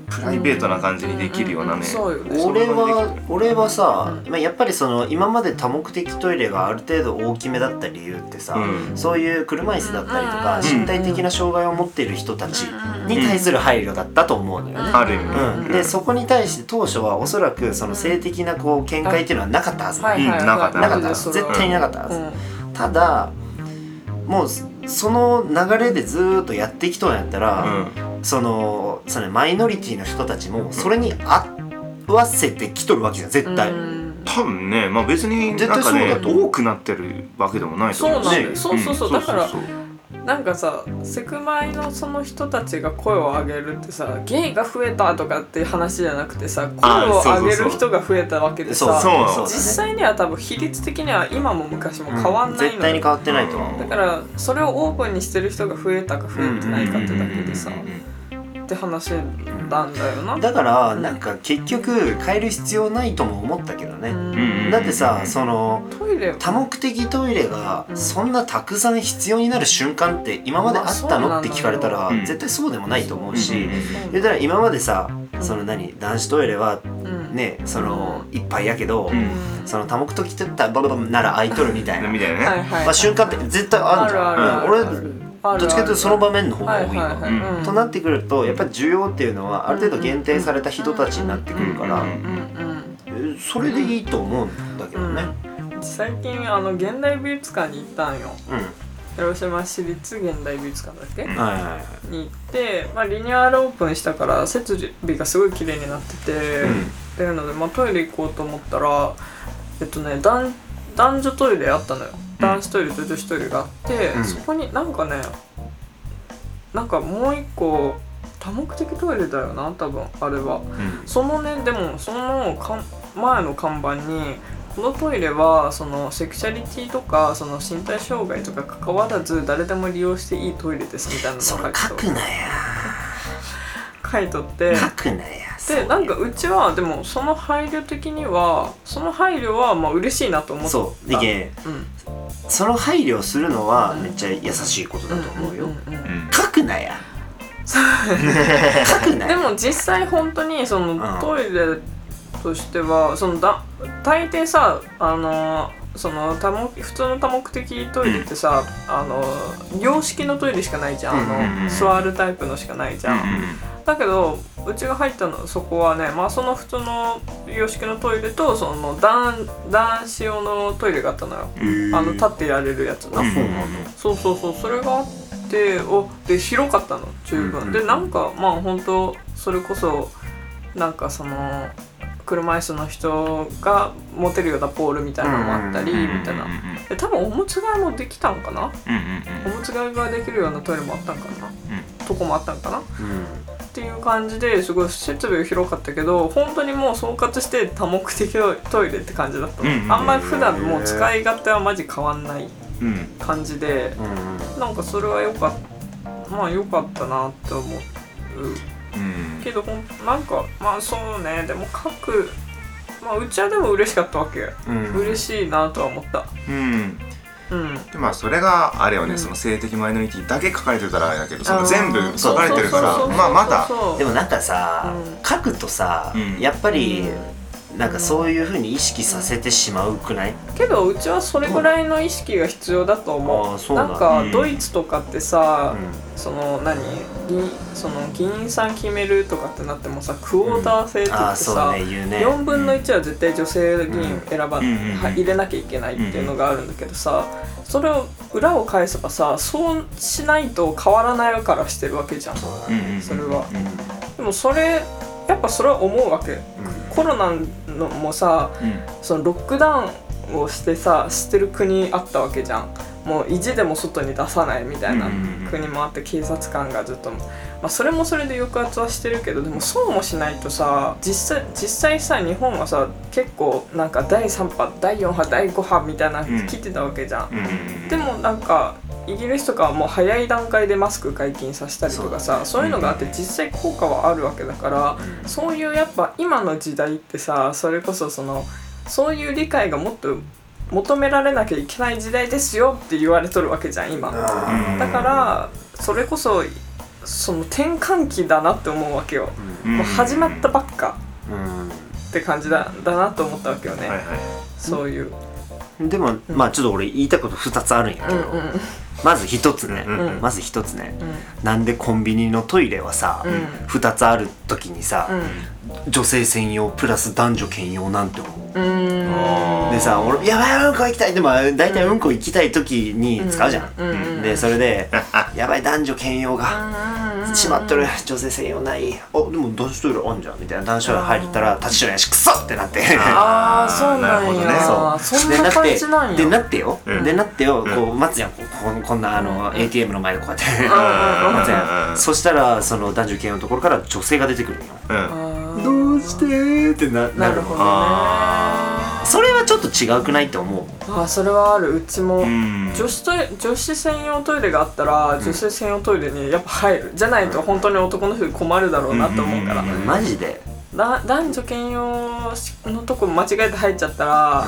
S3: プライベートな感じにできるようなね、
S2: うんそうよね
S3: そんな
S1: 俺
S3: 感じで
S1: は
S3: き
S1: 俺はさ、
S2: う
S1: まあ、やっぱりその今まで多目的トイレがある程度大きめだった理由ってさ、
S3: うん
S1: そういう車椅子だったりとか、
S3: うん
S1: 身体的な障害を持っている人たちに対する配慮だったと思うのよね。
S3: ある意味ね
S1: うん
S3: うん
S1: でそこに対して当初はおそらくその性的なこう見解っていうのはなかったはずなの
S2: はいはいはい
S3: うんなかった
S1: なかった
S2: マ
S1: は
S2: ジ
S1: ず
S2: でそれは
S1: 絶対になかったはず、
S2: うん
S1: ただもうその流れでずーっとやってきとんやったら、
S3: う
S1: そのそのマイノリティの人たちもそれに合わせてきとるわけじゃん絶対、
S2: うん
S3: 多分ね、まあ、別に
S1: 絶
S3: な
S1: 対
S3: ん
S1: そ
S3: か
S1: う
S3: ね
S1: だと思う
S3: 多くなってるわけでもないと思うし
S2: そうなんだよそうそうそうだから
S3: そうそう
S2: なんかさセクマイのその人たちが声を上げるってさゲイが増えたとかっていう話じゃなくてさ声を上げる人が増えたわけで
S1: そう
S2: さ
S3: そうだね
S1: そうだね
S2: 実際には多分比率的には今も昔も変わんないのよ、
S1: 絶対に変わってないと思う
S2: だからそれをオープンにしてる人が増えたか増えてないかってだけでさ、
S3: うんうんうんうん
S2: って話なんだよな。
S1: だからなんか結局変える必要ないとも思ったけどね、
S3: うん
S1: だってさその
S2: トイレ
S1: 多目的トイレがそんなたくさん必要になる瞬間って今まであった
S2: ま
S1: の
S2: あ
S1: って聞かれたら
S3: そうなんだよ
S1: 絶対そうでもないと思う
S3: うん
S1: し
S3: うん
S1: 言うたら今までさその何男子トイレは
S2: うん
S1: ねそのいっぱいやけど
S3: うん
S1: その多目的だったらバババなら空いとるみたいな
S3: みたいな
S2: はい
S3: ね、
S2: はい、
S1: まあ瞬間って絶対あ
S2: あ
S1: るじ
S2: る
S1: ゃ
S2: あ
S1: ん
S2: るある
S1: うん俺
S2: 俺
S1: どっちかというとその場面の方が
S2: は
S1: 多い
S2: いはい
S1: わ
S2: はい、
S3: うん
S1: となってくるとやっぱり需要っていうのはある程度限定された人たちになってくるから
S3: うん
S2: うんうん
S1: えそれでいいと思うんだけどね。
S2: 最近あの現代美術館に行ったんよ
S1: うん、
S2: 広島市立現代美術館だっけ、
S3: うん
S1: はいはいはい。
S2: に行って、まあ、リニューアルオープンしたから設備がすごい綺麗になってて、っていうので、まあ、トイレ行こうと思ったらえっとね男男女トイレあったのよ男子トイレと女子トイレがあって、
S1: うん
S2: そこになんかねなんかもう一個多目的トイレだよな多分あれはそのねでもそのかん前の看板にこのトイレはそのセクシャリティとかその身体障害とか関わらず誰でも利用していいトイレですみたいな
S1: そ
S2: の
S1: れ
S2: が書
S1: 書
S2: い
S1: く
S2: て
S1: なや
S2: 書いとって
S1: 書くなや。 そう
S2: でなんかうちはでもその配慮的にはその配慮はまあ嬉しいなと思った
S1: そうでけん
S2: うん
S1: その配慮するのはめっちゃ優しいことだと思うよ。
S2: んんうん
S3: うん
S1: 書くな や。書くな
S2: で
S1: や。
S2: も実際本当にそ
S1: うん
S2: のトイレとしてはそのだ大抵さあのその多目普通の多目的トイレってさ、あの洋式のトイレしかないじゃん、
S1: うん
S3: うん
S2: あ
S3: うん
S2: の座るタイプのしかないじゃん、だけどうちが入ったのそこはね、まあ、その普通の洋式のトイレとその男男子用のトイレがあったのよ、あの立ってやれるやつな、
S3: うん
S1: そうなの。
S2: そうそうそうそれがあっておで広かったの十分、
S1: うんうん
S2: でなんかまあ本当それこそなんかその車椅子の人が持てるようなポールみたいなのもあったり、
S1: うんうん
S2: みたい
S3: うん
S2: なで多分おむつ替えもできたんかなおむつ替えができるようなトイレもあったんかな、とこもあったんかなっていう感じですごい設備が広かったけど本当にもう総括して多目的トイレって感じだったの、
S3: うんうんうん
S2: あんまり普段もう使い勝手はマジ変わんない
S3: うんうん
S2: 感じで
S1: うんうん
S2: なんかそれは良かったまあ良かったなって思う
S3: うん
S2: けどほんなんかまあそうねでも書くまあうちはでも嬉しかったわけ、
S1: うん
S2: 嬉しいなとは思った
S3: うん
S2: うん
S3: でまあそれがあれよね、
S2: うん
S3: その性的マイノリティだけ書かれてたらあれだけどそ
S2: あ
S3: の
S2: ー
S3: 全部書かれてるか
S2: そ
S3: ら
S2: うそうそうそう
S3: まあまだ
S2: そう
S1: でもなんかさ、
S2: う
S1: 書くとさ、
S3: うん
S1: やっぱり、
S2: う
S1: なんかそういう風に意識させてしまうくない
S2: けどうちはそれぐらいの意識が必要だと
S1: あ
S2: 思
S1: ー
S2: う
S1: そうな
S2: なん
S1: だ
S2: んか
S1: うん
S2: ドイツとかってさ、
S1: う
S2: その何議その議員さん決めるとかってなってもさクォーター制っ
S1: ん、
S2: て言っ
S1: ああ
S2: て
S1: そう
S2: さ、
S1: ね言うね
S2: 4分の1は絶対女性議員選ば、
S3: うん
S2: は入れなきゃいけないっていうのがあるんだけどさそれを裏を返せばさそうしないと変わらないからしてるわけじゃん
S1: そうだ
S3: う
S1: ね
S3: んうん
S2: それは
S3: うん
S2: でもそれやっぱそれは思うわけ
S1: うん
S2: コロナのもさそのロックダウンをしてさしてる国あったわけじゃんもう意地でも外に出さないみたいな
S3: うんうんうん
S2: 国もあって警察官がずっと、まあ、それもそれで抑圧はしてるけどでもそうもしないとさ実際実際さ日本はさ結構なんか第3波第4波第5波みたいなの
S3: うん
S2: 切ってたわけじゃん、
S3: うんうん
S2: でもなんかイギリスとかはもう早い段階でマスク解禁させたりとかさそう,、いうのがあって実際効果はあるわけだから、そういうやっぱ今の時代ってさそれこそそのそういう理解がもっと求められなきゃいけない時代ですよって言われとるわけじゃん今。
S1: あ
S2: だからそれこそその転換期だなって思うわけよ。
S1: ー
S3: うん
S2: もう始まったばっか
S1: うん
S2: って感じだだなと思ったわけよね、
S3: はいは
S2: そういう。
S1: うんでも、まあちょっと俺言いたいこと2つあるんやけ
S2: うん
S1: ど、
S2: うんうん
S1: まず1つね、
S3: うん
S2: うん
S1: まず1つね、なんでコンビニのトイレはさ、
S2: うん
S1: 2つある時にさ、
S2: うん
S1: 女性専用プラス男女兼用なんて思う
S2: うーん
S3: あー
S1: でさ俺「やばいうんこ行きたい」でも大体うんこ行きたい時に使うじゃん、
S2: うんうんうん
S1: でそれで「やばい男女兼用が閉まっとる女性専用ないあでも男子トイレあんじゃん」みたいな男子トイレ入ったら立ちトイレやしクソってなって
S2: ああそうな
S3: なるほ
S2: ん
S3: ど
S2: や
S3: ね
S1: そう
S2: そん
S1: で
S2: な
S1: っ
S2: 感
S1: て
S2: じなんや
S1: でなってよ、
S3: うん
S1: でなってよこ
S3: う
S1: う待つやんここんこんなあの、ATM の前でこうやって
S2: うんうん
S1: 待つや
S3: うんん
S1: そしたらその男女兼用のところから女性が出てくるんよ
S3: うん
S2: あー
S1: どうしてーってなな
S2: なる
S1: るほ
S2: ほど
S1: ど
S2: ね
S3: あ
S1: それはちょっと違うくないって思う
S2: あーそれはあるうちも、
S3: うん
S2: 女子トイ女子専用トイレがあったら女性専用トイレにやっぱ入るじゃないと本当に男の人困るだろうなと思うから、
S3: うん
S1: マジで
S2: だ男女兼用のとこ間違えて入っちゃったら、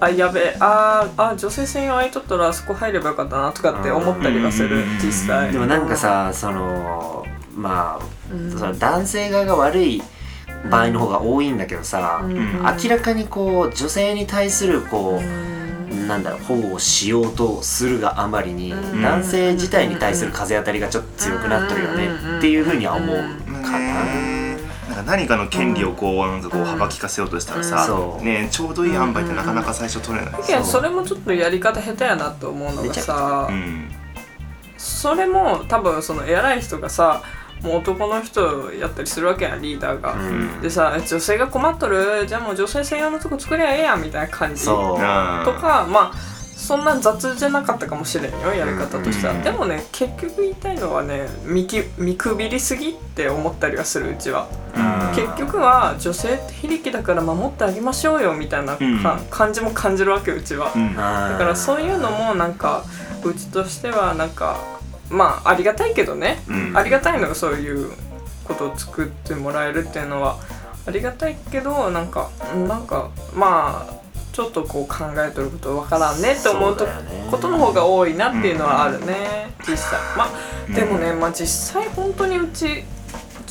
S2: あやべえあーあー女性専用空いとったらそこ入ればよかったなとかって思ったりはする
S3: うん
S2: 実際
S1: でもなんかさそのまあ、
S2: うん
S1: その男性側が悪い場合の方が多いんだけどさ、
S2: うん
S1: 明らかにこう女性に対するこう、
S2: うん
S1: なんだろう保護をしようとするがあまりに、
S2: うん
S1: 男性自体に対する風当たりがちょっと強くなっとるよね、
S2: うん
S1: っていうふうには思う
S3: ね
S1: かな。
S3: なんか何かの権利をこうなんかこう幅利かせようとしたら
S1: うん
S3: さ、
S1: そう
S3: ねちょうどいい塩梅ってなかなか最初取れない。
S2: いやそれもちょっとやり方下手やなと思うのが
S1: めちゃくち
S2: さ、
S3: うん。
S2: それも多分その偉い人がさもう男の人やったりするわけやんリーダーが、
S1: うん
S2: でさ女性が困っとるじゃあもう女性専用のとこ作りゃええやんみたいな感じと
S1: そう
S3: なあ
S2: かまあそんな雑じゃなかったかもしれんよやり方としては、
S3: うんうん
S2: でもね結局言いたいのはね見き見くびりすぎって思ったりはするうちは
S1: あー
S2: 結局は女性って非力だから守ってあげましょうよみたいなか、
S3: うん
S2: 感じも感じるわけうちは、
S3: うん。
S1: だ
S2: だからそういうのもなんかうちとしてはなんかまあありがたいけどね、
S3: うん
S2: ありがたいのがそういうことを作ってもらえるっていうのはありがたいけどなんかうんなんかまあちょっとこう考えとることわからんねって思う
S1: そ
S2: と
S1: うだよね
S2: ことの方が多いなっていうのはあるね、実際まあでもね、まあ、実際本当にうち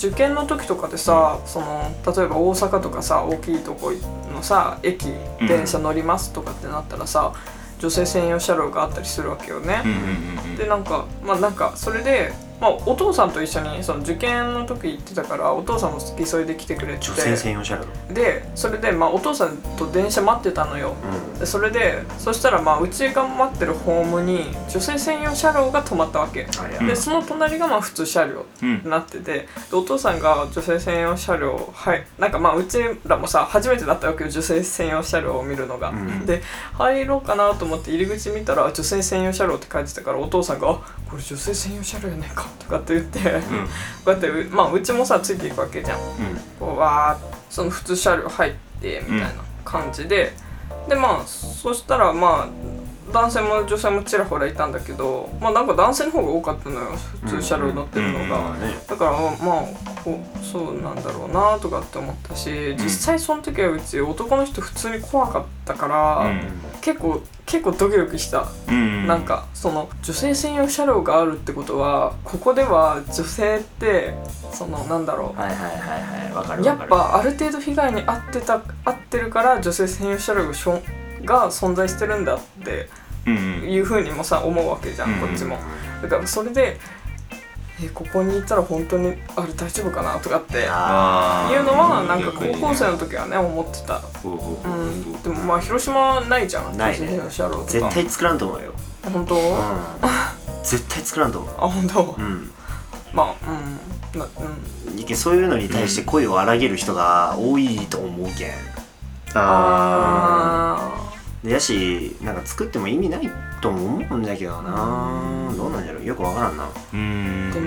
S2: 受験の時とかでさその例えば大阪とかさ大きいとこのさ駅
S3: うん
S2: 電車乗りますとかってなったらさ女性専用車両があったりするわけよね。
S3: うんうんうん
S2: でなんかまあなんかそれで、まあ、お父さんと一緒にその受験の時行ってたからお父さんも付き添いで来てくれて
S1: 女性専用車両。
S2: でそれで、まあ、お父さんと電車待ってたのよ。でそれでそしたらまあうちが待ってるホームに女性専用車両が止まったわけ。
S1: うん
S2: でその隣がまあ普通車両
S3: うん
S2: になっててでお父さんが女性専用車両はいなんかまあうちらもさ初めてだったわけよ女性専用車両を見るのが、
S1: ん
S2: で入ろうかなと思って入り口見たら女性専用車両って書いてたからお父さんが「あこれ女性専用車両やねんか」とかって言って、こうやってうまあうちもさついていくわけじゃんこうわーその普通車両入ってみたいな感じで、でまあそしたらまあ男性も女性もちらほらいたんだけどまあなんか男性の方が多かったのよ普通車両乗ってるのが、
S3: うんうん
S1: ね
S2: だからまあこうそうなんだろうなとかって思ったし実際その時はうち男の人普通に怖かったから、結構結構ドキドキした
S3: うんうん。
S2: なんかその女性専用車両があるってことはここでは女性ってそのなんだろう
S1: はいはいはいはいねわかる
S2: や
S1: わ
S2: っ
S1: かる
S2: ぱある程度被害に遭ってた遭ってるから女性専用車両がしょが存在してるんだって
S3: うんうん
S2: いうふうにもさ思うわけじゃん、
S3: う
S2: こ
S3: ん
S2: っちもだからそれでえここにいたら本当にあれ大丈夫かなとかっていうの
S1: あー
S2: はなんか
S3: 逆にね
S2: 高校生の時はね思ってた、
S3: ほうほう
S2: う、
S3: ほうん
S2: で
S3: ほう
S2: もまあ広島ないじゃん
S1: ないね
S2: 女性専用車両とか
S1: 絶対作らんと思うよ、
S2: 本当、
S1: うん
S2: あ、
S1: 絶対作らんと思う
S2: 本当、
S1: うん
S2: まあうんなうん
S1: いけそういうのに対して声を荒げる人が多いと思うけん
S2: あ
S1: でやしなんか作っても意味ないとも思うんだけどなどうなんじゃろうよくわからんな
S3: うーん
S2: でも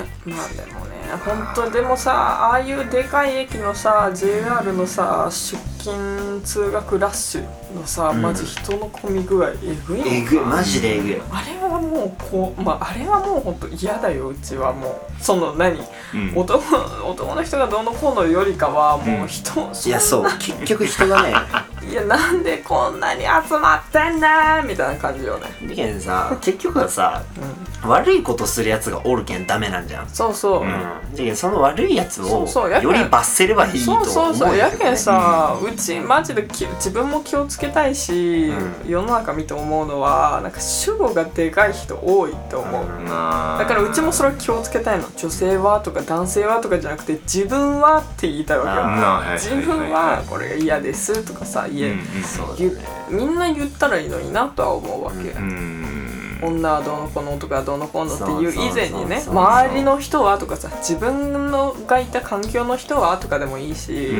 S2: ねまあでもね本当でもさああいうでかい駅のさ JR のさ出勤通学ラッシュのさ、
S1: うん
S2: マジ人の混み具合えぐいの
S1: えぐいマジでえぐい
S2: あれはもうこうまああれはもう本当嫌だようちはもうその何
S3: うん
S2: 男男の人がどうのこうのよりかはもう人、
S1: いやそう結局人がね
S2: いやなんでこんなに集まってんねんみたいな感じよね、
S1: でけんさ結局はさ
S2: うん、
S1: 悪いことするやつがおるけんダメなんじゃん
S2: そうそう、
S3: うん
S1: うんでけんその悪いやつ
S2: そ
S1: を
S2: うそうやけん
S1: より罰せればいいと思
S2: そううそ
S1: けど
S2: うそ
S1: ね
S2: うやけんさ、うちマジでき自分も気をつけたいし、
S1: うん
S2: 世の中見て思うのはなんか主語がでかい人多いと思う、
S1: うん
S3: だ
S2: だからうちもそれは気をつけたいの女性はとか男性はとかじゃなくて自分はって言いたいわ
S1: あ
S3: なあ
S2: けよ自分はこれが嫌ですとかさ言え、
S1: そうだ
S2: 言
S1: ね
S2: うみんな言ったらいいのになとは思うわけ、
S1: うん
S3: うん
S2: 女はどうのこうの男はどうのこうのっていう以前
S1: そう
S2: にね
S1: そうそうそう
S2: 周りの人はとかさ自分のがいた環境の人はとかでもいいし、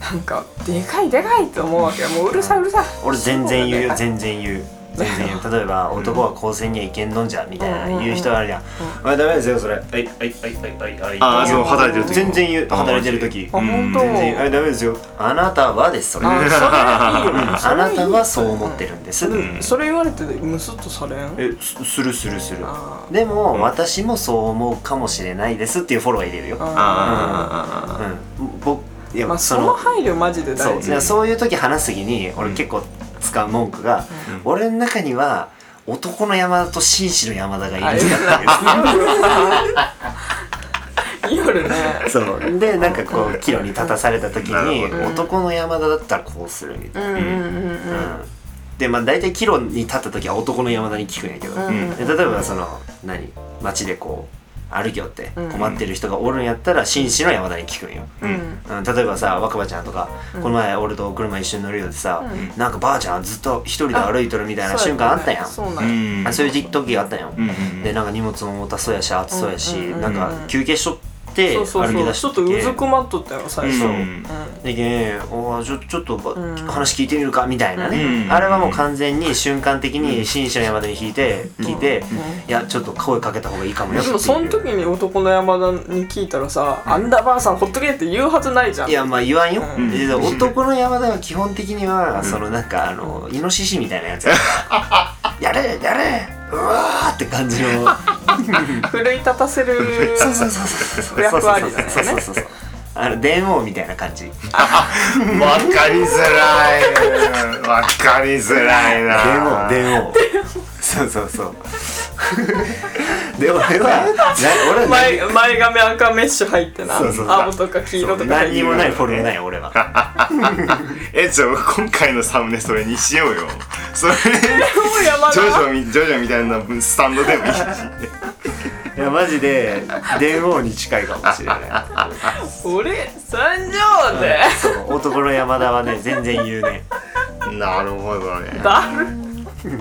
S2: なんかでかいでかいと思うわけよもううるさいうるさい
S1: 俺全然言うよ
S2: そう
S1: 全然言う全然言う例えば男は高専には行けんのんじゃみたいな
S2: うんうんうん
S1: 言う人あるじゃんあダメですよそれはいはいはいはいはいはい
S3: ああ
S2: ー
S3: その働いてる時
S1: 全然言う働いてる時
S2: あ本当
S1: 全然言うあダメですよあなたはですそれ
S2: あそれいいよ
S1: うん
S2: それ
S1: あ
S2: いい
S1: なたはそう思ってるんです、
S2: うん
S3: うん
S2: それ言われてムスッとされん
S1: えすするするする
S2: あー
S1: でも、私もそう思うかもしれないですっていうフォローは入れるよ、
S2: あ
S3: あ
S1: うん、僕いや、
S2: ーまあその配慮マジで
S1: そ
S2: 大
S1: う
S2: 事
S1: そうそういう時話す時に俺結構使う文句が、俺の中には男の山田と紳士の山田が
S2: あ
S1: い
S2: れ
S1: るんだ
S2: 夜ね
S1: そうでなんかこう岐路に立たされた時
S3: な
S1: に
S3: る
S2: ほど
S1: 男の山田だったらこうするみた
S2: う
S1: い
S2: ん
S1: な、
S2: うんうん
S1: うんでまあ大体岐路に立った時は男の山田に聞くんやけど、
S2: うんうん
S1: で例えばその何街でこう歩きよって
S2: うん
S1: 困ってる人がおるんやったら紳士の山田に聞くんよ、
S2: うんうん
S1: うん、例えばさ若葉ちゃんとか、
S2: うん
S1: この前俺と車一緒に乗るようでさ、
S2: う
S1: なんかばあちゃんずっと一人で歩いとるみたいな瞬間あったやんあそ
S2: そうな
S3: あうん
S2: や
S1: う,、
S3: ん
S1: いう時があったやん、でなんか荷物も重たそうやし暑そうやし、
S2: うんうんうんうん
S1: なんか休憩しとって
S2: そ
S1: 歩
S2: うそ
S1: き
S2: うそう
S1: 出し
S2: ち
S1: と
S2: ょ
S1: っ
S2: っとうず
S1: て
S2: くまっとったよ最初
S1: そううんでけんおーちょちょっとば、
S2: うん
S1: 話聞いてみるかみたいなね、
S3: うん
S1: あれはもう完全に瞬間的に新車の山田に引いて聞いて、いやちょっと声かけた方がいいかもよって
S2: で
S1: いう
S2: もその時に男の山田に聞いたらさ「あんだばあさんほっとけ」って言うはずないじゃん
S1: いやまあ言わんよ、
S2: うん
S1: で男の山田は基本的には、そのなんかあのイノシシみたいなやつややれやれうわーって感じの
S2: 奮い立たせる
S1: そうそうそうそうそうそう
S2: 役
S1: そう
S2: 割だよね
S1: そうそうそうあの電王みたいな感じ
S3: わかりづらいわかりづらいな
S1: 電王電王そうそうそう で俺はな俺は何
S2: 前前髪赤メッシュ入ってな
S1: そうそうそう
S2: 青とか黄色とか入っ
S1: 何
S2: て
S1: にもないフォルムない俺は
S3: えじゃあ今回のサムネそれにしようよ それ
S2: もう山
S3: ジョジ
S2: 田
S3: ョみジョジョみたいなスタンドでもいいし
S1: いやマジで電王に近いかもしれない
S2: 俺三条で
S1: そう男の山田はね全然言うね
S3: なるほどね
S2: だる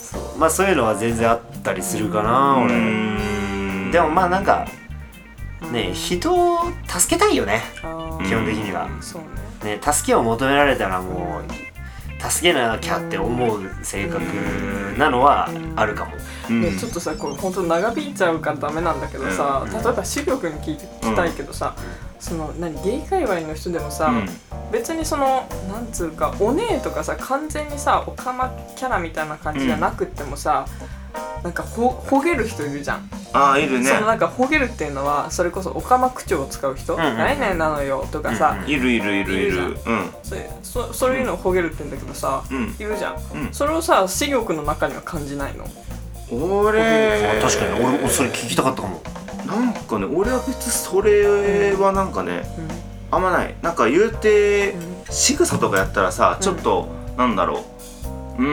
S1: そうまあそういうのは全然あったりするかな俺でもまあなんかね人を助けたいよね
S2: あ
S1: 基本的には、
S2: そうね
S1: ね、助けを求められたらもう助けなきゃって思う性格なのはあるかも
S2: ねちょっとさこれ本当長引いちゃうからダメなんだけどさ
S3: うん
S2: 例えば視力に聞いて聞きたいけどさその何ゲイ界隈の人でもさ別にそのなんつうかお姉とかさ完全にさオカマキャラみたいな感じじゃなくってもさ、なんかほほげる人いるじゃん、
S3: ああいるね
S2: そのなんかほげるっていうのはそれこそオカマ口調を使う人「
S1: んうんうん
S2: 何々なのよ」とかさ、
S1: うん
S3: いるいるいるい
S2: いるじゃ
S3: るうん
S2: そういうそそういうのをほげるって言うんだけどさ、
S3: うん
S2: いるじゃん、
S3: うん
S2: それをさ私欲の中には感じないの
S3: 俺
S1: あ確かに俺もそれ聞きたかったかも
S3: なんかね俺は別にそれはなんかねあんまないなんか言うて仕草とかやったらさちょっと、なんだろうう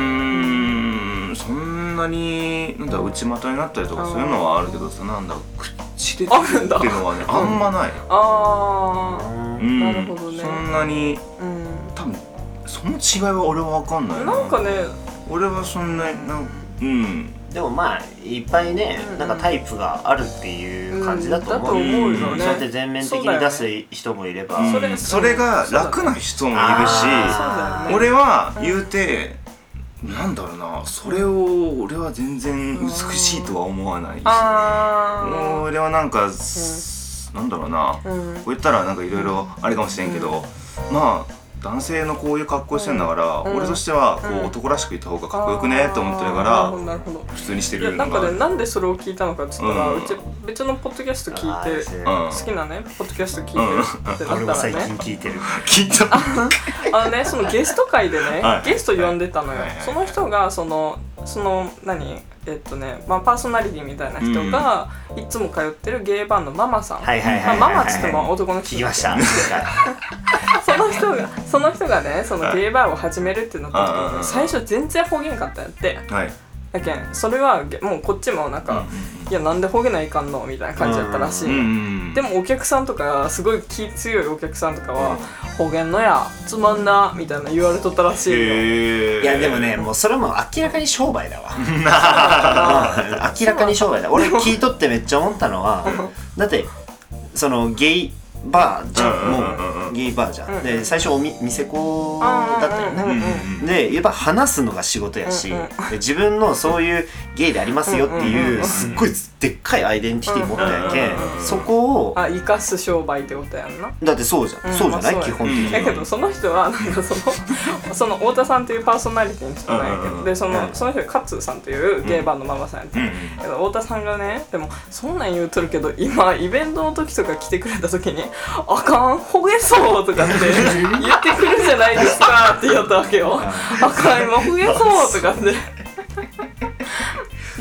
S3: ーんそんなになんだろう内股になったりとかそういうのはあるけどさなんだろう口で
S2: あるんだ
S3: っていうのはねあんまない、
S2: あ
S3: う
S1: うん
S3: ん、
S2: なるほどね
S3: そんなに
S2: ーうん
S3: 多分その違いは俺は分かんない
S2: なんかね
S3: 俺はそんなになんうん
S1: でもまあいっぱいね
S2: うん
S1: なんかタイプがあるっていう感じだと思う,、
S2: うんだと思
S3: うよね
S1: そうやって全面的に出す人もいれば、
S3: うん
S2: そ
S3: そ
S2: れ
S3: れが楽な人もいるし
S1: あー
S2: そうだよね
S3: 俺は言うて、なんだろうなそれを俺は全然美しいとは思わない
S2: あ
S3: 俺はなんか、すなんだろうな
S2: あうん
S3: こう言ったらなんかいろいろあれかもしれんけど、まあ男性のこういう格好してんだから、
S2: うん
S3: 俺としてはこ
S2: うん
S3: う男らしくいた方がかっこよくねと思ってるから、
S2: あーなるほどなるほど
S3: 普通にして
S2: いや
S3: る
S2: な
S3: の
S2: ん
S3: が
S2: かねなんでそれを聞いたのかっつったら、う
S3: うん
S2: ち別のポッドキャスト聞
S1: あー
S2: いて
S1: あ
S3: うん
S2: 好きなねポッドキャスト聞いてるって
S1: ー俺
S2: な
S1: も
S2: った
S1: 最
S2: らね
S1: 近聞いてる
S3: 聞いた
S2: あのねそのゲスト会でね、
S3: はい
S2: ゲスト呼んでたのよ、
S3: はいはいはい
S2: その人がそのその何えっとね、まあ、パーソナリティみたいな人が、いつも通ってるゲイバーのママさん、
S1: はいはいはいはいはい
S2: まあ、ママっつっても男の人
S1: 聞きま した
S2: その人がその人がねその
S3: はい
S2: ゲイバーを始めるってなった時
S3: うんうん
S2: に、
S3: うんうん
S2: 最初全然方言かったんやって
S3: はい
S2: だけんそれはげもうこっちもなんか、いやなんで方言ないかんのみたいな感じだったらしい、
S3: うんうん
S2: で
S3: も
S2: もお客さんとかすごい気強いお客さんとかは「方言のやつまんな」みたいな言われとったらしいよ、
S3: へえ
S1: いやでもねもうそれはもう明らかに商売だわうん明らかに商売だ俺聞いとってめっちゃ思ったのはだってそのゲイバーじゃん
S3: うん
S1: も
S3: うんうんうん
S1: うゲイバーじゃ
S2: うん
S1: んで最初おみ店子だったよ
S2: う
S1: ね
S2: んうんうん
S1: でやっぱ話すのが仕事やし、
S2: うんうん
S1: で自分のそういうゲイでありますよって
S2: うんうん
S1: い
S2: うん
S1: うすっごいでっかいアイデンティティ持ってやけ、
S3: うんうんうん
S1: そこを
S2: あ生かす商売ってことやんな
S1: だってそうじゃん、
S2: うん
S1: そうじゃない、
S2: まあそ
S1: 基
S2: うや
S1: 本的に
S2: だ
S1: は
S2: けどその人はなんかその その太田さんっていうパーソナリティの人なんやけ
S3: うんうんう
S2: ど
S3: ん
S2: でその
S1: うん
S2: その人が勝さんというゲイバーのママさんやって
S3: うんうん
S2: だけど太田さんがねでもそんなん言うとるけど今イベントの時とか来てくれた時に「あかんほげそう」とかって言ってくるじゃないですかって言ったわけよ「あかん今ほげそう」とかって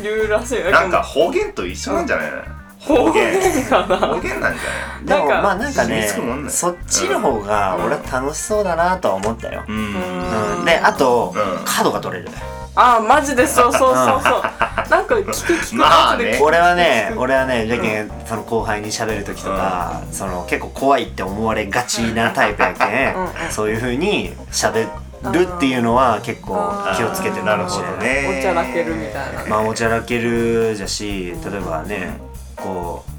S2: 言うらしい
S3: なんか方言と一緒なんじゃない
S2: 方
S3: 方言
S2: 言かな
S3: 方言なんじゃ
S1: でも
S2: なんか
S1: まあなんか
S3: 染
S1: ね
S3: みつくもんね
S1: そっちの方が俺は楽しそうだなとは思ったよ、
S3: ないうん
S1: うんであと、
S3: うん
S1: 角が取れる
S2: あーマジでそうそうそうそうなんか聞く聞く
S3: まあ
S2: 後
S3: ね
S2: で聞く
S1: 俺はね俺はねじゃけんその後輩に喋る時とか、その結構怖いって思われがちなタイプやけん、
S2: うん
S1: そういう風に喋るっていうのは結構気をつけてるかもしれ
S3: あーなるほど
S1: ない
S3: ね
S2: おちゃらけるみたいな、
S1: まあおちゃらけるじゃし例えばねこう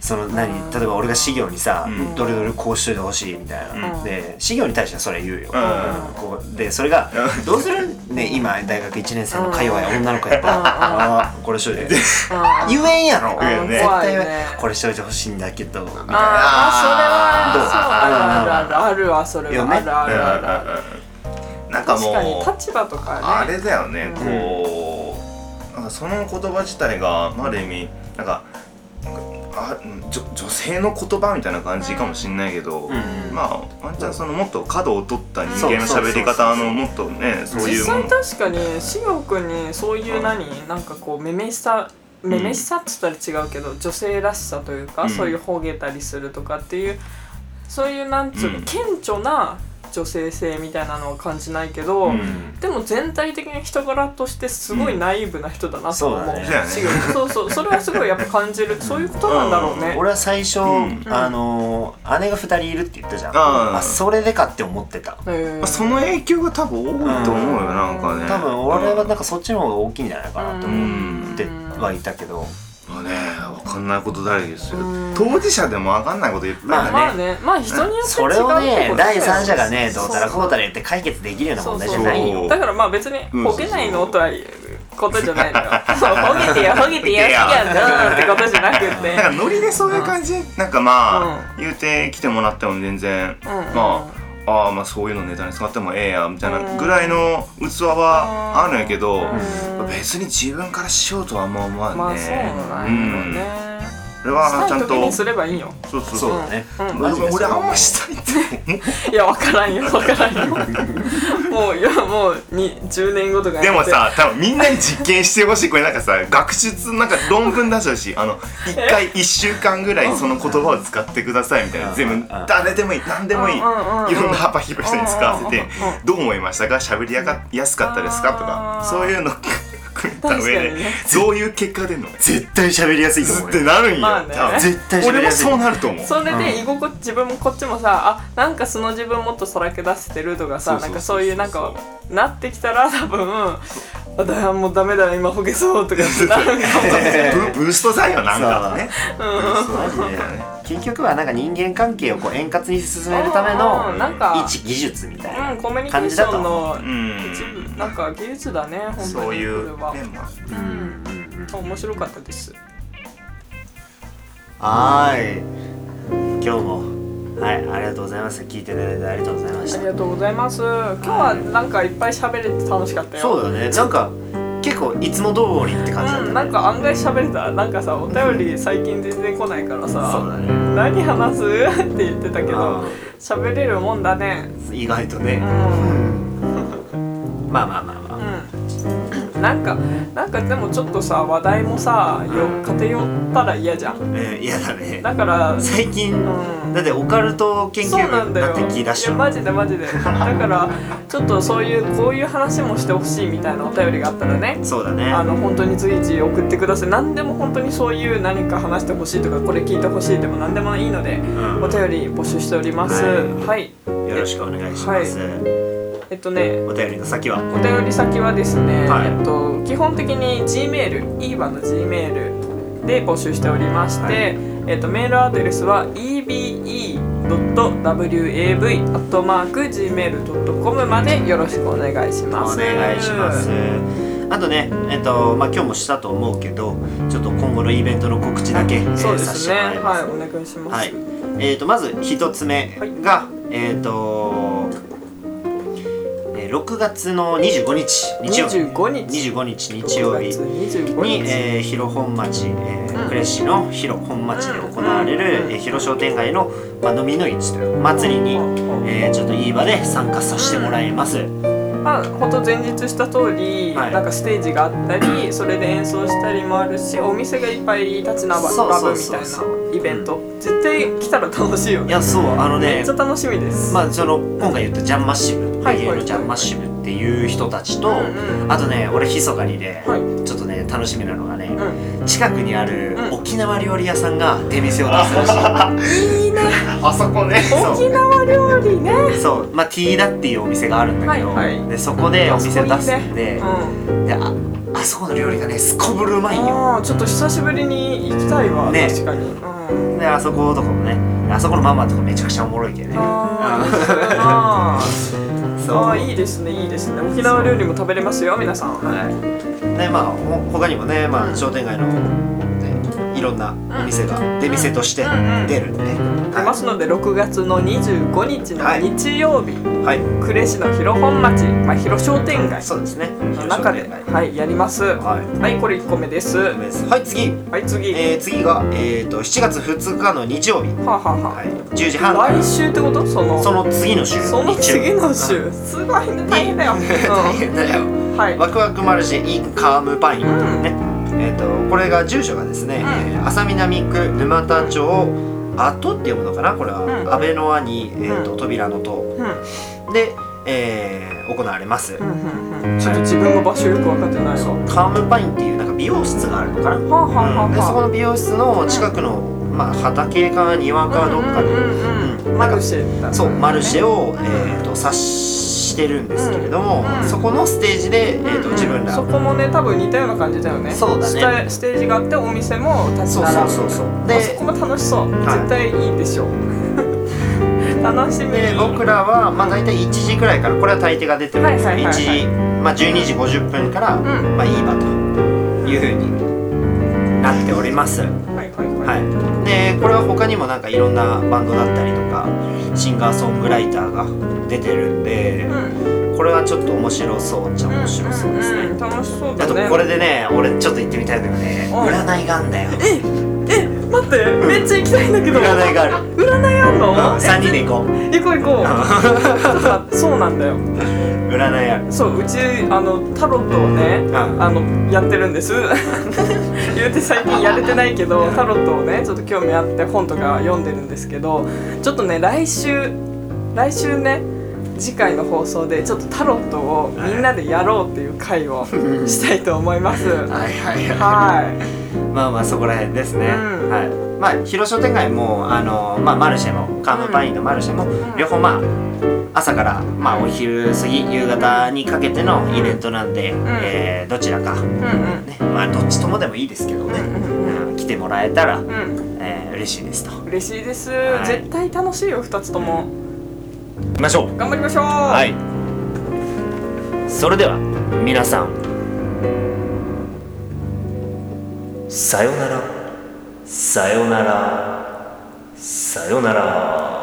S1: その何例えば俺が資料にさ、
S3: うん
S1: どれどれこうしといてほしいみたいな、
S2: うん
S1: で資料に対してはそれ言うよ、
S3: うん
S1: こうでそれが「どうするね今大学1年生のか弱い女の子やったら
S2: うん
S1: あーこれしといて」
S2: あー
S1: 言えんやろ、
S3: 言えんね
S1: 絶対言
S2: 怖いね
S1: えんこれしといてほしいんだけどみたいな
S2: あ
S1: どう
S2: あそれはそうあるあるあるあるわそれは
S1: よね
S2: あるあるあるある
S3: なんか
S2: 確か
S3: も
S2: に
S3: う
S2: 立場とかね
S3: あれだよね
S2: うん
S3: こうなんかその言葉自体がまあある意味なんかあうん女女性の言葉みたいな感じかもしんないけど、
S1: うん
S3: まあワンちゃんそのもっと角を取った人間の喋り方のもっとねそうい
S2: 実際
S3: うもの
S2: に確かにしおくんにそういう何、なんかこうめめしさめめしさっつったら違うけど、女性らしさというか、
S3: うん
S2: そういうほげたりするとかっていうそういうなんつうか、
S3: うん
S2: 顕著な女性性みたいなのは感じないけど、
S3: うん
S2: でも全体的に人柄としてすごいナイーブな人だなと
S1: そう
S2: 思う、
S1: だね
S3: そうやね
S2: しおくんそうそうそれはすごいやっぱ感じるそういうことなんだろうね、
S1: 俺は最初、
S3: うん
S1: あのー姉が2人いるって言ったじゃん、
S3: うん
S1: あそれでかって思ってた
S2: へー
S3: その影響が多分多いと思うよ、
S2: うん
S3: なんかね
S1: 多分俺はなんかそっちの方が大きいんじゃないかなと思ってはいたけど、
S3: まあね分かんないことだらけですよ
S2: うん
S3: 当事者でも分かんないこといっぱいだね、
S2: まあねまあ人によって違う
S1: それを
S2: って
S1: ね
S2: ことだよ
S1: 第三者がね
S2: そ
S1: ど
S2: そう
S1: たらこうたら言って解決できるような
S2: そう
S1: 問題
S2: そ
S1: じ
S2: う
S1: ゃないよ
S3: よ
S2: だからまあ別に
S3: うん
S2: ほげないのとはいうことじゃ ないのよそうほげてよほげてよしやなってことじゃな くて
S3: なんかノリでそういう感じ、なんかまあ、言うて来てもらっても全然、
S2: うん
S3: まあああまあそういうのネタに使ってもええやみたいなぐらいの器はあるんやけど、
S2: うん
S3: 別に自分からしようとはあんま思わんね、
S2: まあそうなんだろうね
S3: それはちゃ
S2: したい
S3: ん
S2: 時
S3: と
S2: にすればいいよ
S3: そうそう
S1: そう
S3: そう
S1: だね
S2: うん
S1: マジでそれ
S3: 俺
S1: は
S3: あ
S1: 思うん
S3: ましたいって
S2: いやわからんよわからんよもういやもうに10年後とかに
S3: でもさ多分みんなに実験してほしいこれなんかさ学術なんか論文出してほしいあの一回一週間ぐらいその言葉を使ってくださいみたいな全
S1: うん
S3: 部誰でもいい何でもいいい
S2: うんうんうんうん
S3: ろんな幅広い人に使わせ
S2: う
S3: て
S2: んうんうん
S3: どう思いましたか喋りやかやすかったですかと
S2: あ
S3: か
S2: ー
S3: そういうの 組んだ上
S2: 確
S3: で
S2: かにね
S3: どういう結果出んの
S1: 絶対喋りやすいと思
S3: っ
S1: う
S3: て
S1: よ
S3: なるんよ
S2: まあね
S3: 多分
S1: 絶対喋
S3: 俺
S1: り
S3: も
S1: やすい
S3: そうなると思う
S2: それで居心地自分もこっちもさあなんかその自分もっとさらけ出してるとかさ
S3: そうそうそうそう
S2: なんかそういうなんかなってきたら多分あだもうダメだ今ほげそうとかってなるかも
S3: ブブーストだよなんかね
S1: そうマジで結局はなんか人間関係をこう円滑に進めるため
S2: う
S1: の
S2: んなんか
S1: 一技術みた
S2: う
S1: い
S2: んコミュニ
S1: な
S2: ケ
S1: 感
S2: ー
S1: じ
S2: シ
S1: だと
S2: ョン
S1: 思う
S2: の
S3: うん
S2: 一部なんか技術だね本当に
S3: そういう
S2: これ
S3: ね
S2: は
S3: まあ
S1: うんうんうん
S2: 面白かったです
S1: はーい今日もはいありがとうございます聞いていただいてありがとうございまし
S2: あ
S1: た
S2: りがとうございます今日はなんかいっぱい喋れて楽しかったよ
S1: そうだねなんか結構いつも通りって感じだったね、
S2: うん、なんか案外喋れたなんかさお便り最近全然来ないから
S1: そう
S2: さ
S1: だね
S2: 「何話す?」って言ってたけ
S1: あ
S2: ど喋れるもんだね
S1: ー意外とね、 まあまあまあまあ、
S2: うんなんかなんかでもちょっとさ話題もさよ偏ったら嫌じゃん
S1: えー嫌だね
S2: だから
S1: 最近、
S2: うん
S1: だってオカルト研
S2: そ
S1: 究
S2: うなん
S1: 部
S2: だ
S1: だ
S2: よ
S1: って聞い出し
S2: い
S1: た
S2: や
S1: の
S2: マジでマジでだからちょっとそういうこういう話もしてほしいみたいなお便りがあったらね
S1: そうだね
S2: あの本当に随時送ってください何でも本当にそういう何か話してほしいとかこれ聞いてほしいでも何でもいいので、
S1: ん
S2: お便り募集しております
S1: は
S2: はい、
S1: よろしくお願いします、
S2: えっとね
S1: お便りの先は
S2: お便り先はですね、
S1: はい
S2: えっと、基本的に Gmail、EVA の Gmail で募集しておりまして、
S1: はい
S2: えっと、メールアドレスは ebe.wav.gmail.com までよろしくお願いし
S1: お
S2: ます。
S1: 願いしますあとねえっとまあ今日もしたと思うけどちょっと今後のイベントの告知だけ、えー
S2: そうで
S1: させ
S2: す
S1: て
S2: ね。
S1: もらいま
S2: はい、
S1: す
S2: お願いします。
S1: はい、えー、とまず一つ目が、えっ、とえー6月の25日日曜日
S2: 25日
S1: 25日日曜日に、えー、広本町、えー
S2: うん
S1: 呉市の広本町で行われる、
S2: うん
S1: えー広商店街の、まあ、飲みの市という祭りに、
S2: うん
S1: えーちょっといい場で参加させてもらいます、
S2: まあ本当前日した通り、
S1: はい
S2: なんかステージがあったりそれで演奏したりもあるしお店がいっぱい立ち並ぶみ
S1: そうそうそ
S2: た
S1: う
S2: い
S1: そう
S2: なイベント、絶対来たら楽しいよ
S1: い
S2: ね
S1: やそうあの
S2: め
S1: ね
S2: っちゃ楽しみです、
S1: まあその今回言ったジャンマッシブ
S2: はい
S1: 俳優のジャンマッシブっていう人たちと、
S2: うんうん
S1: あとね俺密かにね、
S2: はい
S1: ちょっとね楽しみなのがね、
S2: うん
S1: 近くにある
S2: うん
S1: 沖縄料理屋さんが出店を出すら
S2: いいね
S3: あそこね
S1: そう
S2: 沖縄料理ね
S1: しい そうまあティーダっていうお店があるんだけど、
S2: はいはい
S1: でそこでお店を出すんで
S2: うん、あ
S1: でああそこの料理がねすこぶるうまいんよ
S2: ーちょっと久しぶりに行きたいわ、
S1: ね
S2: 確かに、 うん、
S1: であそことかもねあそこのママとかめちゃくちゃおもろいけどね
S2: あーそうやな
S1: そう
S2: あーいいですねいいですね沖縄料理も食べれますよ皆さん
S1: はい、でまあほ他にもね、まあ、商店街の、ね、いろんなお店が出店として
S2: うんうん
S1: 出るんで、
S2: 出ますので6月の25日の日曜日、
S1: はい、
S2: 呉市の広本町、まあ、広商店街
S1: そうですね
S2: の中で、
S1: 商店街
S2: はい、やりますは
S1: はい
S2: い、これ1個目ですは
S1: はい次、
S2: い次、
S1: えー、次が、えー、と7月2日の日曜日、
S2: はあ、はあ
S1: は、
S2: はい
S1: 10時半
S2: あ、
S1: から
S2: 来週ってことその
S1: その次の週
S2: その次の週すごいね大変だよ、
S1: 大変だよ
S2: うん、は い
S1: ワクワクマルシェ in カームパイン、
S2: うん
S1: ねえー、とこれが住所がですね、えー浅南区沼田町跡って読むのかなこれは、
S2: うん
S1: 安倍の輪に、えーと
S2: う
S1: 扉の塔
S2: うん
S1: で、えー行われます、
S2: うんうんうんちょっと自分の場所よく分かってないわ
S1: そ
S2: は
S1: うカームパインっていうなんか美容室があるのかな、
S2: あ、はあはあ
S1: うんでそこ
S2: は
S1: の美容室の近くの、まあ、畑か庭
S2: あ
S1: かどっかで、
S2: うんうんうん
S1: う
S2: うんんマルシェだね
S1: そうマルシェを、えー、と指してるんですけれども、
S2: うんうん
S1: そこのステージで、えー、と自分ら、
S2: そこもね多分似たような感じだよね
S1: そうだね
S2: ステステージがあってお店も立ち
S1: そう
S2: 並
S1: そ
S2: ぶ
S1: うそうそう
S2: あそ
S1: で
S2: こも楽しそう、
S1: い
S2: 絶対いいで しょう楽しみ
S1: で僕らは、まあ、大体1時くらいからこれは大抵が出てるんですけど、
S2: はいはいはいは
S1: 1
S2: い
S1: 時、まあ、12時50分から、
S2: ん
S1: まあ、いい場というふうになっております。
S2: はいはいは
S1: は
S2: い、
S1: い、でこれは他にもなんかいろんなバンドだったりとかシンガーソングライターが出てるんで、
S2: うん
S1: これはちょっと面白そうっちゃ面白そうですね、
S2: んん楽しそう
S1: あ
S2: だ
S1: と
S2: ね
S1: これでね俺ちょっと行ってみたいんだけどね
S2: お
S1: 占いがあんだよ
S2: ええ待ってめっちゃ行きたいんだけ ど
S1: 占いがある
S2: 占いあんの、
S1: 3人で行こう
S2: 行こう行こうさそうなんだよ
S1: 占いある
S2: そううちあのタロットをね
S1: うん
S2: あのやってるんです 言うて最近やれてないけどタロットをねちょっと興味あって本とか読んでるんですけどちょっとね来週来週ね次回の放送でちょっとタロットをみんなでやろうっていう回をしたいと思います
S1: はいはい
S2: はい
S1: まあまあそこら辺ですね、
S2: うん
S1: はいまあ広商店街もあの、まあ、マルシェもカームパインのマルシェも、
S2: ん
S1: 両方まあ朝から、まあ、お昼過ぎ夕方にかけてのイベントなんで、えーどちらか、
S2: う
S1: ね
S2: んうん
S1: まあどっちともでもいいですけどね、
S2: うんうん
S1: うん来てもらえたら、
S2: うん
S1: えー嬉しいですと
S2: 嬉しいです、
S1: はい
S2: 絶対楽しいよ2つとも
S1: 行きましょう
S2: 頑張りましょう
S1: はいそれでは皆さんさよならさよならさよなら